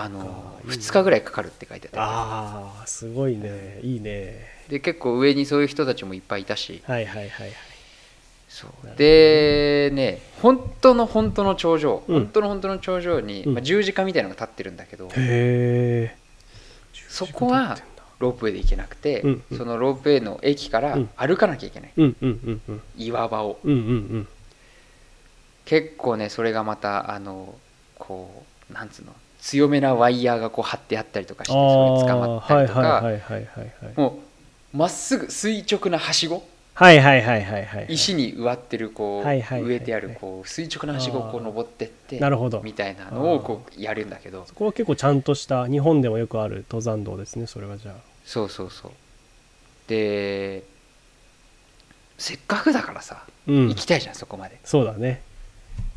あの2日ぐらいかかるって書いてあっああすごいねいいねてで結構上にそういう人たちもいっぱいいたしはいはいはいはいそうなるほどねでね本当の本当の頂上、うん本当の本当の頂上に、うんまあ、十字架みたいなのが立ってるんだけどへえそこはロープウェイで行けなくて、うんうんそのロープウェイの駅からうん歩かなきゃいけない、うんうんうんうん岩場をうんうん結構ねそれがまたあのこうなんつうの強めなワイヤーがこう張ってあったりとかしてあそれ捕まあったはりいとか、はいはいはいはいはいもうまっすぐ垂直なはしごはいはいはいはいはいはい石に植わってるこうはいはいはいはい植えてあるこう垂直なはしごをこう登ってってなるほどみたいなのをこうやるんだけどそこは結構ちゃんとした日本でもよくある登山道ですねそれはじゃあそうそうそうでせっかくだからさうん行きたいじゃんそこまでそうだね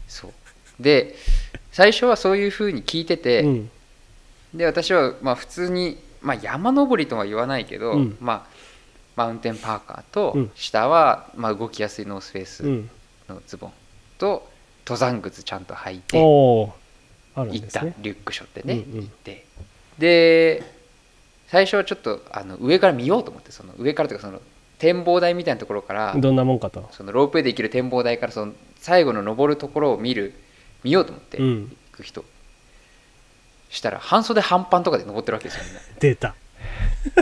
そうで最初はそういうふうに聞いてて、うんで私はまあ普通に、まあ、山登りとは言わないけど、うんまあ、マウンテンパーカーと、うん下はまあ動きやすいノースフェイうスんのズボンと登山靴ちゃんと履いてお行おあるんっですたねリュックショってね、うんうん行ってで最初はちょっとあの上から見ようと思ってその上からというかその展望台みたいなところからどんなもんかとそのロープウェイで行ける展望台からその最後の登るところを見る見ようと思ってう行んく人、したら半袖半パンとかで登ってるわけですよみんな出た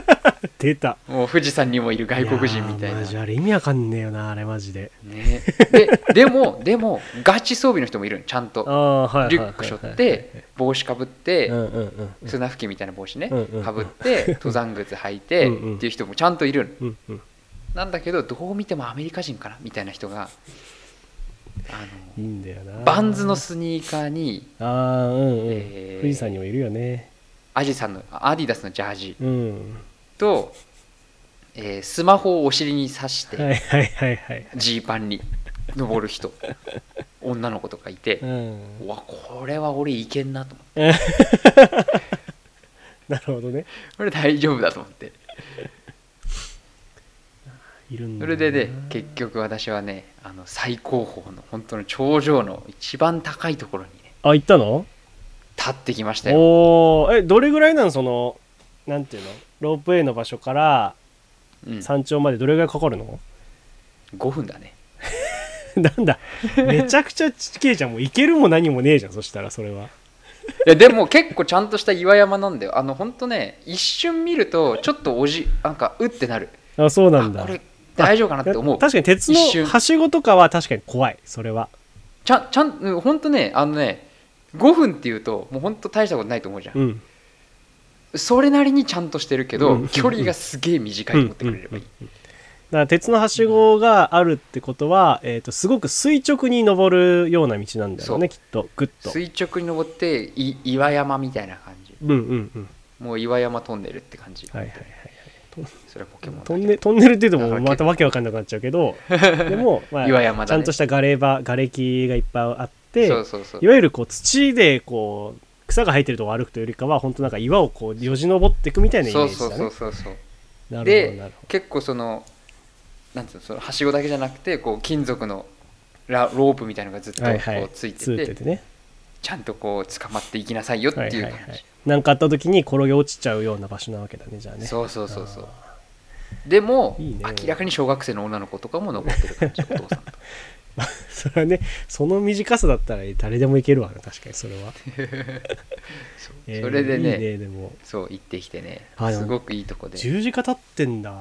出たもう富士山にもいる外国人みたいやーなマジあれ意味わかんねえよなあれマジでね、ででもでもガチ装備の人もいるのちゃんあとあはいはいリはいュック背負っはいて帽子かぶって、うんうんうんうん砂吹きみたいな帽子ねうんうんかぶ って登山靴履いてうんうんっていう人もちゃんといるのうんうんなんだけどどう見てもアメリカ人かなみたいな人があいいんだよなのバンズのスニーカーにああうんうん、えー富士山にもいるよねアジさんのアディダスのジャージうんと、えースマホをお尻に刺してはいはいはいはいジーパンに登る人女の子とかいてう、んうわこれは俺いけんなと思ってなるほどねこれ大丈夫だと思っているんそだれでね結局私はねあの最高峰の本当の頂上の一番高いところにねあ行ったの立ってきましたよおおえどれぐらいなんそのなんていうのロープウェイの場所からうん、山頂までどれぐらいかかるの、 5分だねなんだめちゃくちゃちっけえじゃんもう行けるも何もねえじゃんそしたらそれはいやでも結構ちゃんとした岩山なんだよあの本当ね一瞬見るとちょっとおじなんかうってなるあそうなんだあこれ大丈夫かなって思う確かに鉄一瞬のはしごとかは確かに怖いそれはちゃんちゃんうんほんとねあのね5分っていうともうほんと大したことないと思うじゃん、うんそれなりにちゃんとしてるけど、うん距離がすげえ短いと思ってくれればいい、だから鉄のはしごがあるってことは、えー、とすごく垂直に登るような道なんだよそねうきっとグッと垂直に登ってい岩山みたいな感じうんうんうんもう岩山トンネルって感じ、はいはいはいそれはポケモンだトンネトンネルっていうとだもかうらまたわけわかんなくなっちゃう けどでも、まあ岩山だねちゃんとしたガレ場瓦礫がいっぱいあってそうそうそういわゆるこう土でこう草が生えてるとこを歩くというよりかは本当なんか岩をこうよじ登っていくみたいなイそうメージそうだそうねそうそうなるほどなでるほ結構そのなんつうのそのはしごだけじゃなくてこう金属のラロープみたいのがずっとどこはいはいうついてて,、ついててねちゃんとこう捕まっていきなさいよってはいいはうい感じ、はいなんかあった時に転げ落ちちゃうような場所なわけだねじゃあねそうそうそうそうあでもいいね明らかに小学生の女の子とかも残ってる感じお父さんとそれはねその短さだったら誰でもいけるわな確かにそれ は、そうえーそれでねいいねでもそう行ってきてねあでもすごくいいとこで十字架立ってんだ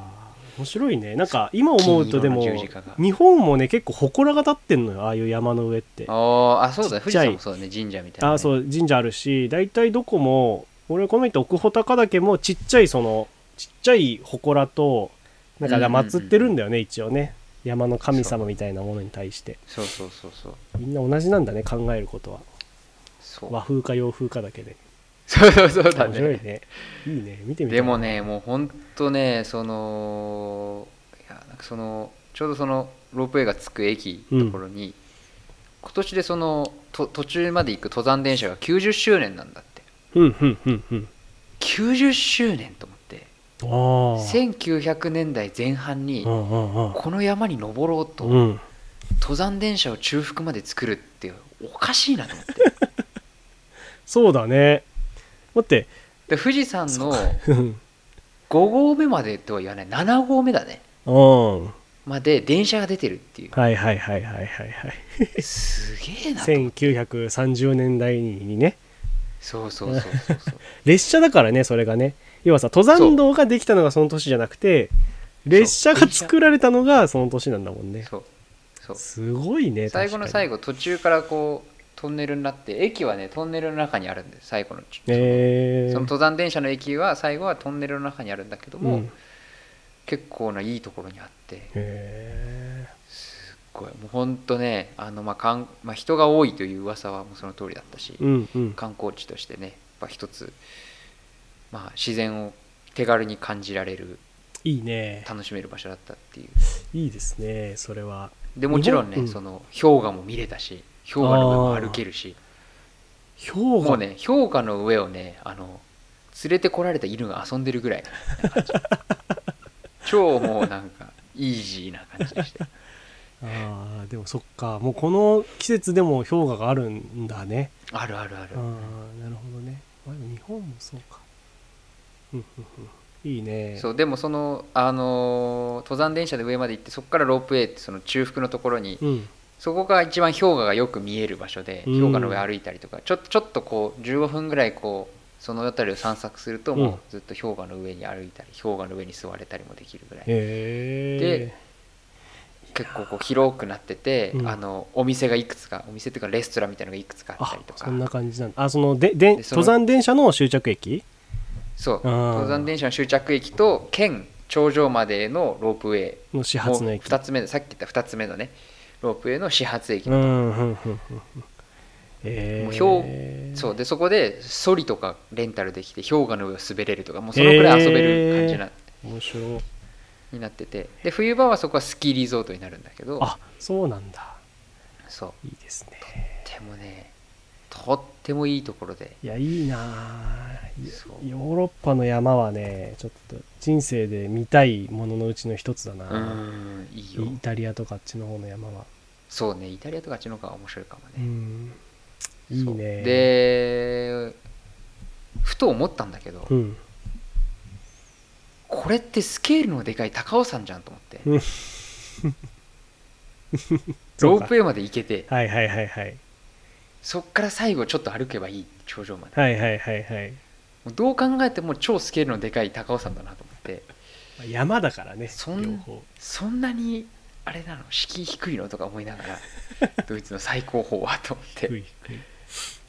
面白いねなんか今思うとでも金色の十字架が日本もね結構祠が立ってんのよああいう山の上ってあーあそうだ富ちっ士ちゃい山もそうだね神社みたいな、ね、あそう神社あるし大体どこも俺この人奥穂高岳もちっちゃいそのちっちゃい祠となんかうんうんうん祀ってるんだよね、一応ね山の神様みたいなものに対してそうそうそうそうみんな同じなんだね考えることはそう和風か洋風かだけでそうそうそうだ面白いねねいいね見てみてでもねもうほんとねそのいやなんかそのちょうどそのロープウェイがつく駅のところに、今年でそのと途中まで行く登山電車が90周年なんだってうんうんうんうん90周年と思ってああ1900年代前半にうんうんうんこの山に登ろうとうん登山電車を中腹まで作るっておかしいなと思ってそうだね待ってで富士山の5 うん合目までとは言わない7合目だねうんまで電車が出てるっていうはいはいはいはいはいはいすげえなと1930年代にねそうそうそうそうそう列車だからねそれがね要はさ登山道ができたのがその年じゃなくて列車が作られたのがその年なんだもんねそうそうすごいね最後の最後途中からこうトンネルになって駅はねトンネルの中にあるんです最後のちそのえー、その登山電車の駅は最後はトンネルの中にあるんだけども、うん結構ないいところにあってへすっごいもうほんとねあの、まあかんまあ、人が多いという噂はもうその通りだったし、ーうんうん観光地としてねやっぱ一つ、まあ、自然を手軽に感じられるいいね楽しめる場所だったっていういいですねそれはでもちろんね、日本うんその氷河も見れたし氷河の上も歩けるし氷も河うね氷河の上をねあの連れてこられた犬が遊んでるぐらいな 感じ超もうなんかイージーな感じでしたあーでもそっかもうこの季節でも氷河があるんだねあるあるあるああなるほどね、まあ、でも日本もそうかうんうんうんいいねそうでもその、あのー登山電車で上まで行ってそこからロープウェイってその中腹のところに、うんそこが一番氷河がよく見える場所でうん氷河の上歩いたりとか、ちょちょっとこう15分ぐらいこうその辺りを散策するとうんもうずっと氷河の上に歩いたり氷河の上に座れたりもできるぐらいへえで結構こう広くなってて、うんあのお店がいくつかお店っていうかレストランみたいなのがいくつかあったありとかそんな感じなんだあそのでででその登山電車の終着駅そうあー登山電車の終着駅と県頂上までのロープウェイの始発の駅2つ目のさっき言った2つ目のねロープウェイの始発駅うんうんうんうんうんえー、もうそうでそこでソリとかレンタルできて氷河の上を滑れるとかもうそのくらい遊べる感じな、面白いになっててで冬場はそこはスキーリゾートになるんだけどあそうなんだそういいですねとってもねとってもいいところでいやいいなあそうヨーロッパの山はねちょっと人生で見たいもののうちの一つだうな、ーんいいよイタリアとかあっちの方の山はそうねイタリアとかあっちの方が面白いかもうね、んいいそうねでふと思ったんだけど、うんこれってスケールのでかい高尾山じゃんと思ってうんロープウェイまで行けてはいはいはいはいそっから最後ちょっと歩けばいい頂上まではいはいはいはいもうどう考えても超スケールのでかい高尾山だなと思ってまあ山だからねそん両方そんなにあれなの敷居低いのとか思いなが らドイツの最高峰はと思って低い低い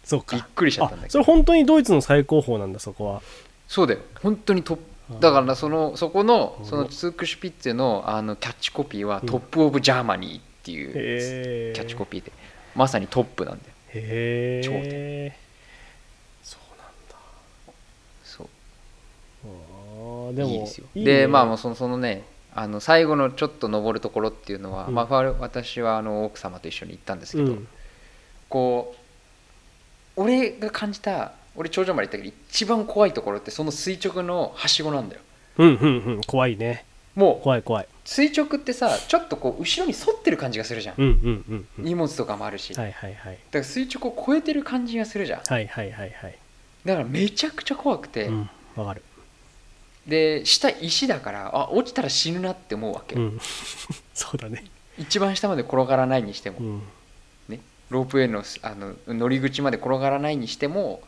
そうかびっくりしちゃったんだあけそれど本当にドイツの最高峰なんだそこはそうだよ本当にトップうんだからなそのそこのうんそのツークシュピッツェのあのキャッチコピーは「うんトップ・オブ・ジャーマニー」っていうキへえャッチコピーでまさにトップなんだよへ頂えそうなんだそうあーでもいいですよいいねでまあもうそのそのねあの最後のちょっと登るところっていうのは、うんまあ、私はあの奥様と一緒に行ったんですけど、うんこう俺が感じた俺頂上まで行ったけど一番怖いところってその垂直のはしごなんだようんうんうん怖いねもう怖い怖い垂直ってさちょっとこう後ろに反ってる感じがするじゃん、うんうんうんうん荷物とかもあるし、だはいはいはいから垂直を超えてる感じがするじゃんはいはいはいはいだからめちゃくちゃ怖くて、うんわかるで下石だからあ落ちたら死ぬなって思うわけ、うん そうだね一番下まで転がらないにしても、うんね、ロープウェイのすあの乗り口まで転がらないにしても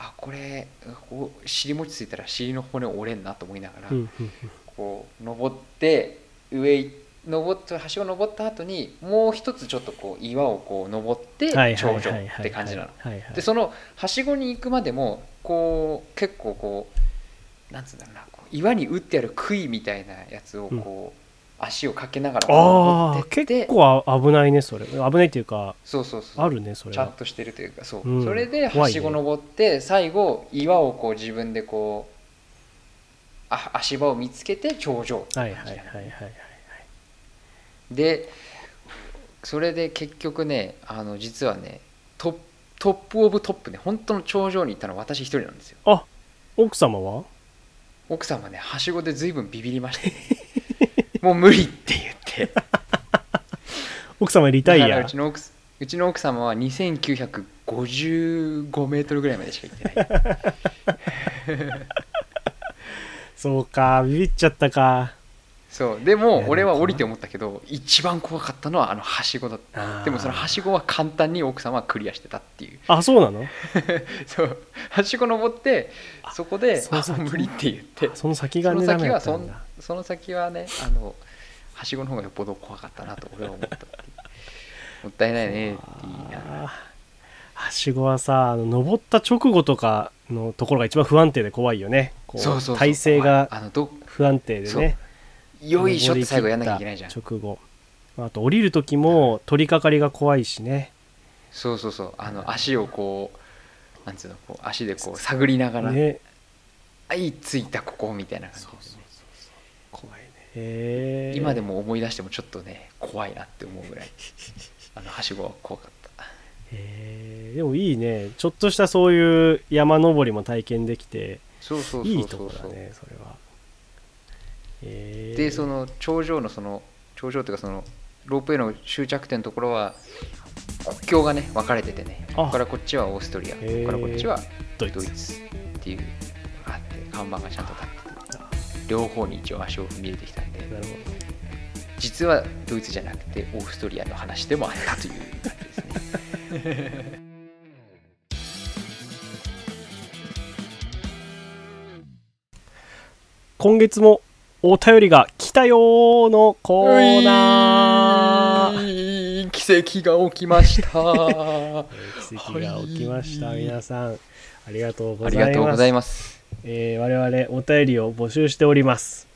あこれこう尻餅ついたら尻の骨折れんなと思いながら、うんうんうんこう登って上い登って橋を登った後にもう一つちょっとこう岩をこう登ってはいはい頂はい上はいって感じなの。はいはいでそのはしごに行くまでもこう結構こうなんつうんだろうなこう岩に打ってある杭みたいなやつをこう、足をかけながらあ登あってっ結て構あ危ないねそれ危ないっていうかそうそうそうあるねそれちゃんはとしてるというかそう、うんそれでは怖いしねご登って、最後岩をこう自分でこうあ足場を見つけて頂上ってはい感じはいはいはいはいでそれで結局ねあの実はねトップトップオブトップね本当の頂上に行ったのは私一人なんですよあ奥様は奥様ねはしごで随分ビビりまして、ね、 もう無理って言って奥様リタイだからアうちの奥すうちの奥様は2955メートルぐらいまでしか行って ないそうかビビっちゃったかそうでいやでもも俺は降りて思ったけど一番怖かったのはあのはしごだったあーでもそのはしごは簡単に奥様はクリアしてたっていうあそうなのそうはしご登ってそこで「そのあ先無理」って言ってあその先そがのねダ先メだはったそんんだその先はねあのはしごの方がよっぽど怖かったなと俺は思ったっていうもったいないねって言いながらあーはしごはさあの登った直後とかのところが一番不安定で怖いよねこそうそうそう体勢があのど不安定でねよいしょって最後やんなきゃいけ登りな切いじゃんった直後まああと降りる時も取り掛かりが怖いしねそうそうそうあの足をこうなんつうのこう足でこう探りながら「ねあいついたここ」みたいな感じでね、怖いねへー今でも思い出してもちょっとね怖いなって思うぐらいあのはしごは怖かったへーでもいいねちょっとしたそういう山登りも体験できてそうそうそうそういいとこだねそれはへーでその頂上のその頂上っていうかそのロープウェイの終着点のところは国境がね分かれててねあここからこっちはオーストリアこーこからこっちはドイドイツツっていうのがあって看板がちゃんと立ってて両方に一応足を踏み入れてきたんでなるほど実はドイツじゃなくてオーストリアの話でもあったという感じ ですね今月もお便りが来たよーのコーナーー奇跡が起きましたえー奇跡が起きました、はい皆さんありがとうあごりざがいとうまごすざいますえー我々お便りを募集しております。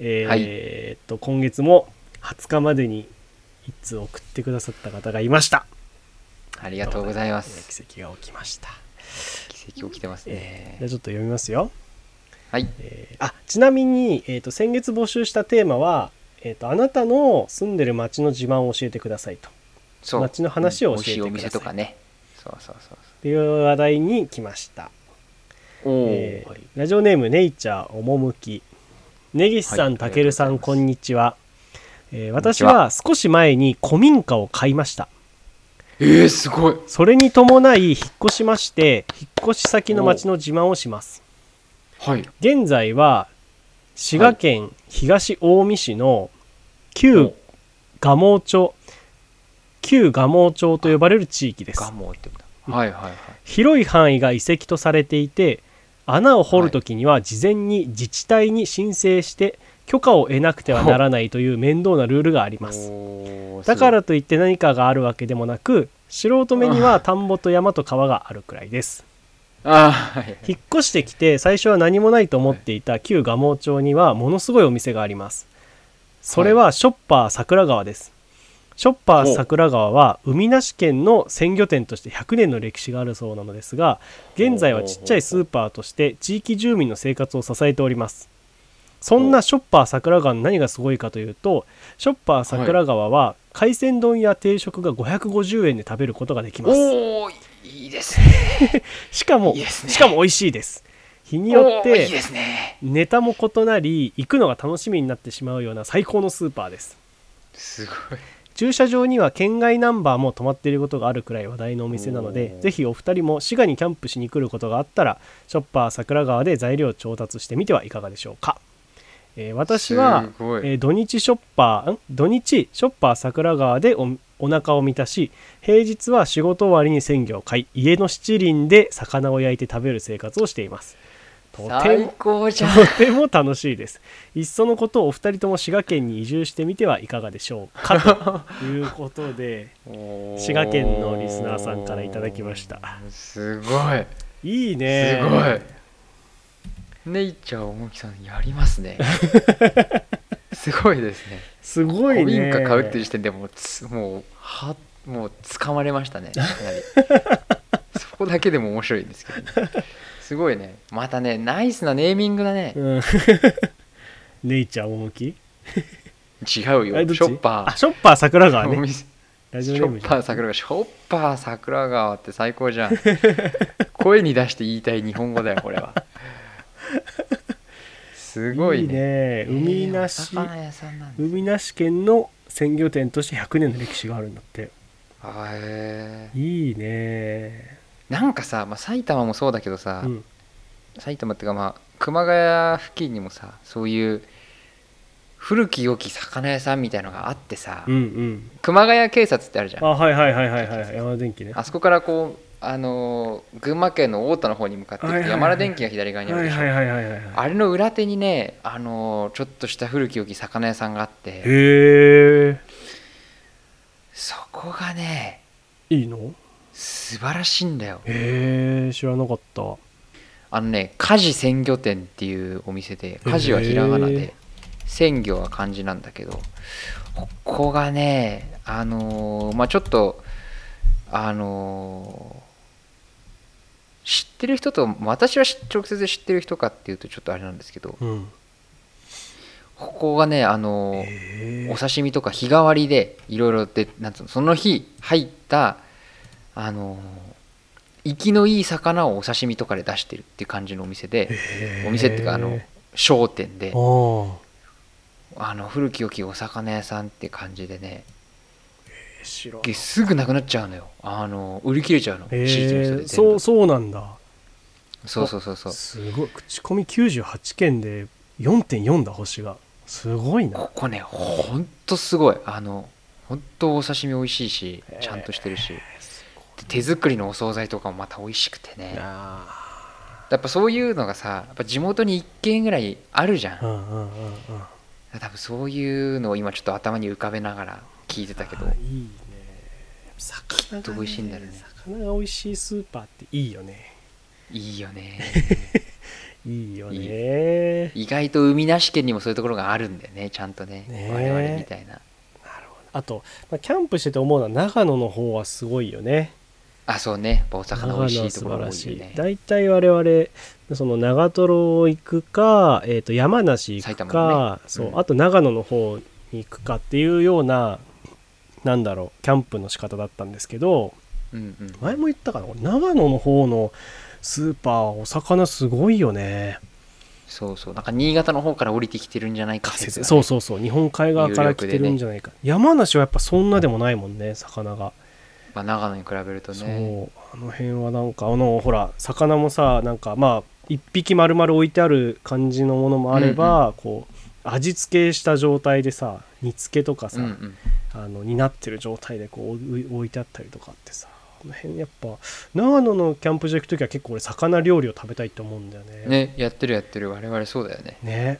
えーはいえーっと今月も20日までに一通送ってくださった方がいました。ありがとうございますえー奇跡が起きました。奇跡起きてますえーねじゃあちょっと読みますよ。はいえーあちなみに、えーっと先月募集したテーマは、えーっとあなたの住んでる町の自慢を教えてくださいとそう街の話を教えてくださいうん美味しいお店とかねそうそうそういう話題に来ました。そうおえーーはいラジオネームネイチャーおもむき根岸さはん、いたけるさありんがとこうございますんにちは、えこーんに私ちはは少し前に古民家を買いましたえー、すごいそれに伴い引っ越しまして引っ越し先の町の自慢をしますはい現在は滋賀県東近江市の旧蒲生町旧蒲生町と呼ばれる地域ですガモってことはいはいはい広い範囲が遺跡とされていて穴を掘るときには事前に自治体に申請して許可を得なくてはならないという面倒なルールがありますおーだからといって何かがあるわけでもなく素人目には田んぼと山と川があるくらいですあーはいはい引っ越してきて最初は何もないと思っていた旧蒲生町にはものすごいお店がありますそれはショッパー桜川ですショッパー桜川は海なし県の鮮魚店として100年の歴史があるそうなのですが現在はちっちゃいスーパーとして地域住民の生活を支えておりますそんなショッパー桜川の何がすごいかというとショッパー桜川は海鮮丼や定食が550円で食べることができますおおいいですねしかもいいですねしかも美味しいです日によっおーいいてですねネタも異なり行くのが楽しみになってしまうような最高のスーパーですすごい駐車場には県外ナンバーも止まっていることがあるくらい話題のお店なのでおーぜひお二人も滋賀にキャンプしに来ることがあったらショッパー桜川で材料を調達してみてはいかがでしょうか、えー私はす、ごいえー土日ショッパーん土日ショッパー桜川でおお腹を満たし平日は仕事終わりに鮮魚を買い家の七輪で魚を焼いて食べる生活をしていますとて最も高じゃん とても楽しいです。いっそのことお二人とも滋賀県に移住してみてはいかがでしょうか ということで滋滋賀県のリスナーさんからいただきましたすごいいいすねごいネイチャーおもきさんやります ねすごいですねすごい古民ね家買うっていう時点でもうつもうはもう掴まれましたねかなり そこだけでも面白いんですけど、ね、すごいねまたねナイスなネーミングだね、うん ネイチャー趣違うあれよどっちショッパあーショッパー桜川お ね店ラシジョオネームッじパゃー桜川ショッパー桜川って最高じゃん声に出して言いたい日本語だよこれはすごいいいねね海なしえーお魚屋さんなんだ海なし県の鮮魚店として100年の歴史があるんだってあへえいいねなんかさ、まあ、埼玉もそうだけどさ、うん埼玉っていうかまあ熊谷付近にもさそういう古き良き魚屋さんみたいのがあってさ、うんうん熊谷警察ってあるじゃんああはいはいはいはいはい山田電機ねそこからこうあのー群馬県の太田の方に向かっていはいっはいてはい山田電機が左側にあるはでいしょ、はいはいはいはいはいあれの裏手にね、あのーちょっとした古き良き魚屋さんがあってへえそこがねいいの素晴らしいんだよへえ知らなかったあのね家事鮮魚店っていうお店で家事はひらがなへでえ鮮魚は漢字なんだけどここがねあのーまあちょっとあのー知ってる人と私は知直接知ってる人かっていうとちょっとあれなんですけどうんここがねあのーへお刺身とか日替わりでいろいろでなんつうのその日入ったあのー生きのいい魚をお刺身とかで出してるっていう感じのお店でえお店っていうかあの商店であああの古き良きお魚屋さんって感じでねえ知らんげすぐなくなっちゃうのよあの売り切れちゃうのへ地域の人えで全そう部そうなんだそうそうそうそうすごい口コミ98件で4.4だ星がすごいなここねほんとすごいあの本当お刺身美味しいしへーちゃんとしてるしすで手作りのお惣菜とかもまた美味しくてごいねなやっぱそういうのがさやっぱ地元に1軒ぐらいあるじゃんうんうんうんうん多分そういうのを今ちょっと頭に浮かべながら聞いてたけどあいいね魚とが、美ね、味しいんだろうね魚が美味しいスーパーっていいよねいいよねいいよねいい意外と海なし県にもそういうところがあるんだよねちゃんとねねえ我々みたいななるほどあと、まあ、キャンプしてて思うのは長野の方はすごいよねあそうねやっぱお魚美味しいところ長が野多はいよね大体我々その長瀞行くか、えー、と山梨行く埼玉か、そううんあと長野の方に行くかっていうようななんだろうキャンプの仕方だったんですけどうんうん前も言ったかなこれ長野の方のスーパーお魚すごいよねそうそうなんか新潟の方から降りてきてるんじゃないか仮説設がねそうそうそう日本海側から来てるんじゃないか、山梨はやっぱそんなでもないもんね魚がまあ、長野に比べるとそねうあの辺はなんかあのほら魚もさなんかまあ一匹丸々置いてある感じのものもあれば、こう味付けした状態でさ煮付けとかさ、うんうんあのになってる状態でこう置い置いてあったりとかあってさこの辺やっぱ長野のキャンプ場行く時は結構俺魚料理を食べたいと思うんだよねねやってるやってる我々そうだよねね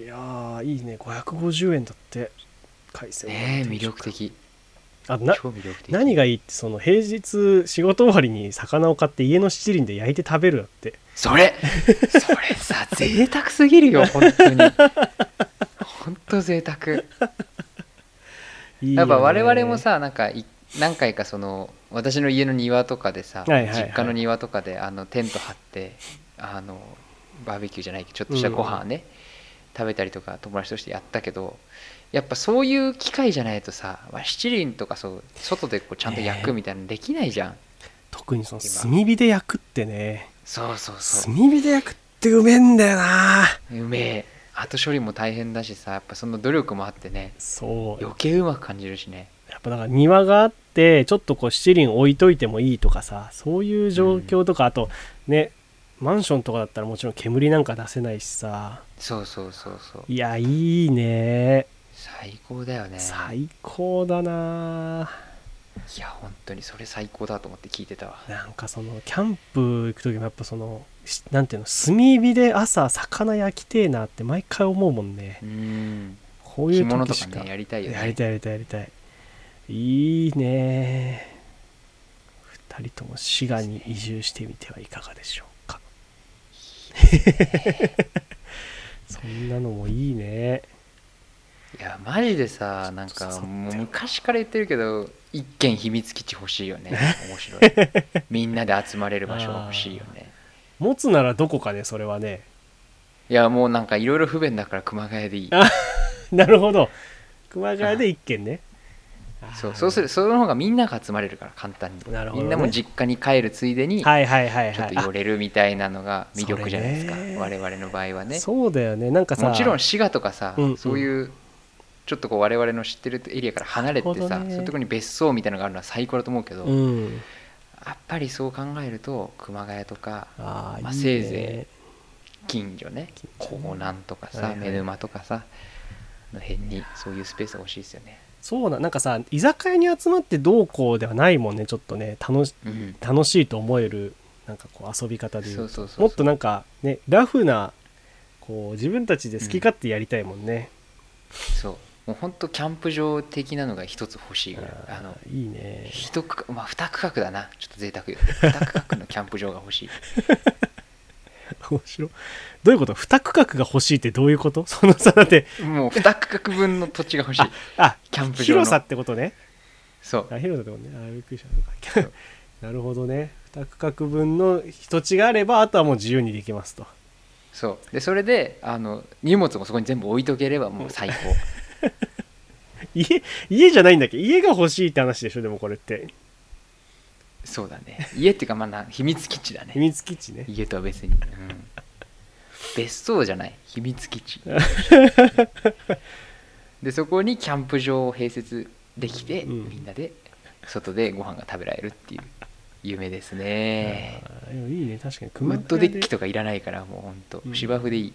いやーいいね550円だって海鮮ねえ魅力的あな超魅力的何がいいってその平日仕事終わりに魚を買って家の七輪で焼いて食べるだってそれそれさ贅沢すぎるよ本当 に本当贅沢いいよやっねぱ我々もさなんかい何回かその私の家の庭とかでさ、はいはいはい実家の庭とかであのテント張ってあのバーベキューじゃないけどちょっとしたご飯ね、食べたりとか友達としてやったけどやっぱそういう機会じゃないとさ、まあ、七輪とかそう外でこうちゃんと焼くみたいなのできないじゃん、特にその今炭火で焼くってねそうそうそ炭火で焼くってうめえんだよなううめえ後処理も大変だしさやっぱその努力もあってねそう余計うまく感じるしねやっぱだから庭があってちょっとこう七輪置いといてもいいとかさそういう状況とか、あとねマンションとかだったらもちろん煙なんか出せないしさそうそうそうそういやいいね最高だよね最高だないや本当にそれ最高だと思って聞いてたわなんかそのキャンプ行く時もやっぱそのしなんていうの炭火で朝魚焼きてえなって毎回思うもんねうんこうい着う物時としかかねやりたいよねやりたいやりたいやりたいいいね二人とも滋賀に移住してみてはいかがでしょうか そんなのもいいねいやマジでさなんちょっとか刺さったよもう昔から言ってるけど一軒秘密基地欲しいよ ね面白いみんなで集まれる場所が欲しいよね持つならどこかねそれはねいやもうなんかいろいろ不便だから熊谷でいいあなるほど熊谷で一軒ねそうそうするるその方がみんなが集まれるから簡単になるほどみねんなも実家に帰るついでにちょはいはいはいはいっと寄れるみたいなのが魅力じゃないですかそれね我々の場合はねそうだよねなんかさもちろん滋賀とかさ、うんうんそういうちょっとこう我々の知ってるエリアから離れてなるほさ、どねそういうところに別荘みたいなのがあるのは最高だと思うけど、やうんっぱりそう考えると熊谷とかあーいいね、まあせいぜ近所ね近所ね港南とかはさいはい妻沼とかさの辺にそういうスペースが欲しいですよね。そうななんかさ居酒屋に集まってどうこうではないもんねちょっとね楽しうん、楽しいと思えるなんかこう遊び方でいうそうそうそうそうもっとなんかねラフなこう自分たちで好き勝手やりたいもんね、そうもう本当キャンプ場的なのが一つ欲しいぐらいあーあのいいね 一区画まあ2区画だなちょっと贅沢よ2区画のキャンプ場が欲しい面白いどういうこと二区画が欲しいってどういうことそのさだってもう2区画分の土地が欲しいあキャンプ場の広さってことねそうあ広さってことねあびっくりした なるほどね二区画分の土地があればあとはもう自由にできますと そうでそれであの荷物もそこに全部置いとければもう最高家家じゃないんだっけ家が欲しいって話でしょでもこれってそうだね家っていうかまあな秘密基地だ秘ね密基地ね家とは別に、うん、別荘じゃない秘密基 地でそこにキャンプ場を併設できて、うんみんなで外でご飯が食べられるっていう夢ですねあーでもいいね確かにウ熊ッドデッキとかいらないからもうほんとうん芝生でいい、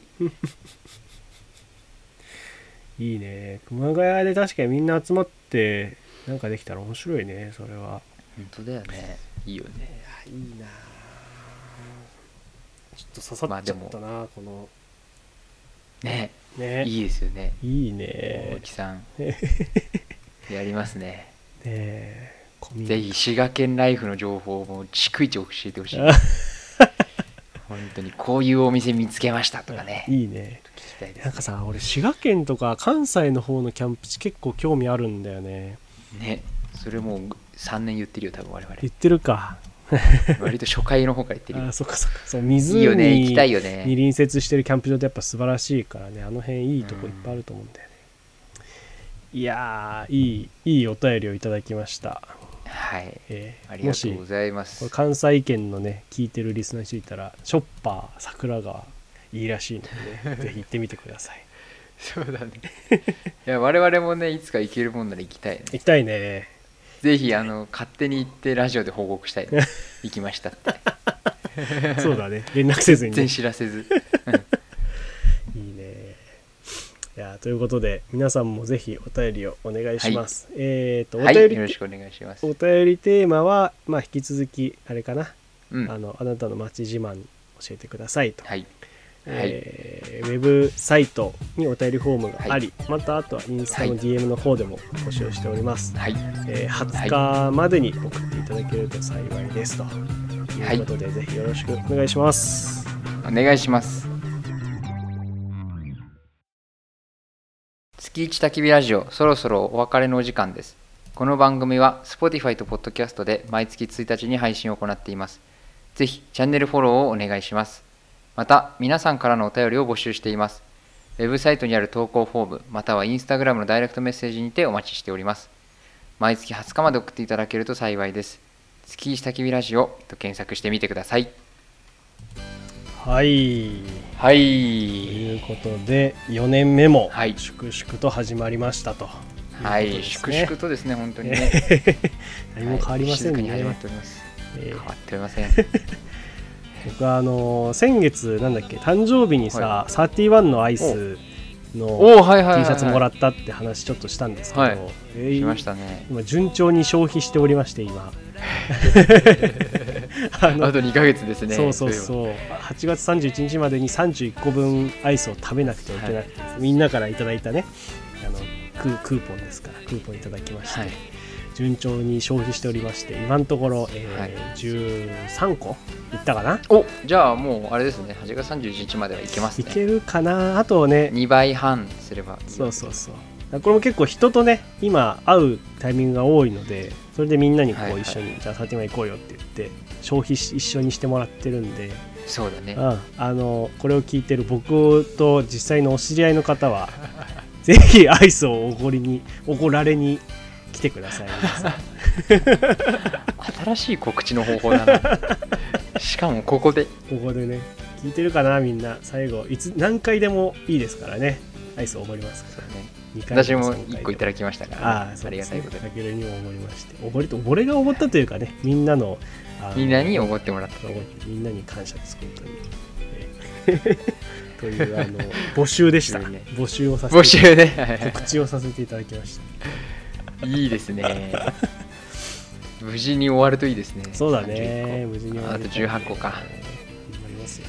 いいね熊谷で確かにみんな集まってなんかできたら面白いねそれは本当だよねいいよねいいなちょっと刺さっちゃったな、このねねいいいですよねい大ね木さん やりますねねコミュニぜひ滋賀県ライフの情報も逐一教えてほしいあ本当にこういうお店見つけましたとかね聞いいねきたいでなんすかさ俺滋賀県とか関西の方のキャンプ地結構興味あるんだよねねそれもう3年言ってるよ多分我々言ってるか割と初回の方から言ってあるよーそっかそっかそういい湖よね行きたいによね隣接してるキャンプ場ってやっぱ素晴らしいからねあの辺いいとこいっぱいあると思うんだよね、いやーいいいいお便りをいただきました、はいえーありがもとしうございまこすれ関西圏のね聞いてるリスナーの人いたらショッパー桜川いいらしい ので、ね、ぜひ行ってみてくださいそうだねいや我々もねいつか行けるもんなら行きたいね行きたいねぜひあの勝手に行ってラジオで報告したい ね行きましたってそうだね連絡せずに全ね然知らせずいいねいやということで皆さんもぜひお便りをお願いします、えっ、とおはい便り、よろしくお願いしますお便りテーマは、まあ、引き続きあれかな、うんあはのあなたの街自慢教えてくださいと、いはいえーウェブサイトにお便りフォームがあり、またあとはインスタのはい DM の方でも募集しております、はいえー20日までに送っていただけると幸いですということで、ぜひよろしくお願いします。お願いします月一焚き火ラジオそろそろお別れのお時間ですこの番組は Spotify と Podcast で毎月1日に配信を行っていますぜひチャンネルフォローをお願いしますまた皆さんからのお便りを募集していますウェブサイトにある投稿フォームまたは Instagram のダイレクトメッセージにてお待ちしております毎月20日まで送っていただけると幸いです月一焚き火ラジオと検索してみてくださいはいはいということで4年目もはい粛々と始まりましたということですね、はい、粛々とですね、本当にね。何も変わりませんはい静かね、に始まっております。え変ーわっておりません。僕はあのー先月なんだっけ誕生日にさ、はサテ31のアイスのおお、はいはいはい、 T シャツもらっったって話ちょっとしたんですけど、はいえてーきましたね。今順調に消費しておりまし て今 あのあと2ヶ月ですね。そうそうう。そう8月31日までに31個分アイスを食べなくてはいけなくて、みんなからいただいたねあのククーポンですからクーポンいただきまして、はい順調に消費しておりまして今のところ、えーはい13個いったかなお、じゃあもうあれですね、8月31日まではいけますいけね。るかなあとね2倍半すればいいそうそうそうこれも結構人とね今会うタイミングが多いのでそれでみんなにこはいはうい一緒に、じゃあサティマ行こうよって言って消費し一緒にしてもらってるんで、そうだね。うん、あのこれを聞いてる僕と実際のお知り合いの方 はぜひアイスをおごりにおごられに来てく ださい皆さん新しい告知の方法だな。 しかもここで。ここでね聞いてるかなみんな最後いつ何回でもいいですからねアイスをおごりますそうね2回私でも三回で1個いただきましたから、あああそうりでがすたいねことで。たけるにもおごりましておごりと俺がおごったというかねみんなのあのみんなにおごってもらったおごりみんなに感謝です本当に、えというあの募集でした、 急にね募集をさせ募て集ねはいはい告知をさせていただきましたいいですね。無事に終わるといいですね。そうだね無事に終わありとたい18個か。頑張りますよ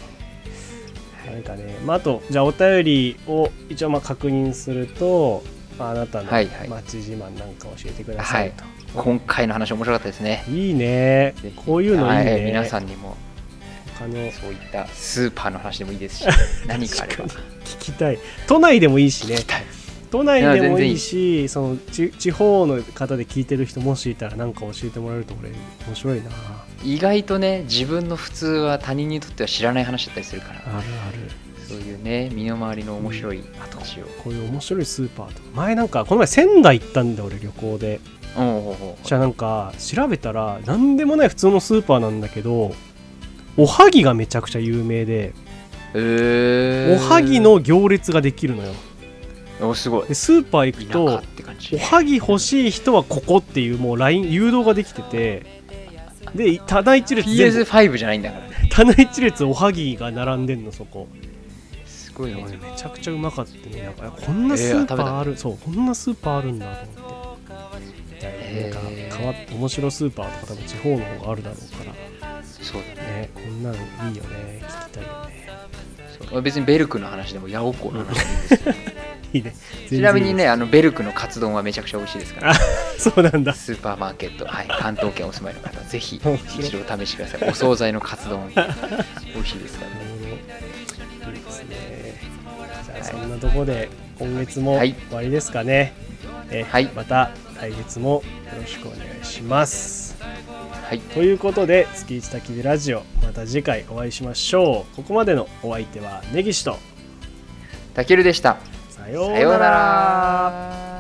なんかね、まあ、あとじゃあお便りを一応まあ確認すると、まあ、あなたのはいはい町自慢なんか教えてくださいと、今回の話面白かったですね。い、いねぜひこういうのいいね、はい皆さんにも他のそういったスーパーの話でもいい ですし、何かあれば。確かに聞きたい都内でもいいしね聞きたい都内でもいいしそのち地方の方で聞いてる人もしいたら何か教えてもらえるとこれ面白いな意外とね、自分の普通は他人にとっては知らない話だったりするから、あるあるそういうね、身の回りの面白い話を。こういう面白いスーパーとか前なんかこの前仙台行ったんだ俺旅行でおうおうおうそしたらなんか調べたら何でもない普通のスーパーなんだけどおはぎがめちゃくちゃ有名でえおーはぎの行列ができるのよおすごいでスーパー行く田舎とって感じおはぎ欲しい人はここっていうもうライン誘導ができててで棚一列全部 PS5 じゃないんだからね棚一列おはぎが並んでんのそこすごいいやね俺めちゃくちゃうまかったねなんかこんなスーパーある、そうこんなスーパーあるんだと思ってみたいななんへーか変わっ面白いスーパーとか多分地方の方があるだろうからそうだねねこんなのいいよね聞きたいよねそう別にベルクの話でもヤオコーの話でもいいですい いちねなみにね、全然いいあのベルクのカツ丼はめちゃくちゃ美味しいですから、ですそうなんだスーパーマーケット、 はい、関東圏お住まいの方、ぜひ面白い一度お試しください。お惣菜のカツ丼、美味しいですからなね。るほどいいですねじゃあそんなとこで今月もはい終わりですかね、えはいまた来月もよろしくお願いしますはい、ということで月一焚き火ラジオまた次回お会いしましょうここまでのお相手は根岸とたけるでした。さよさうようなならら。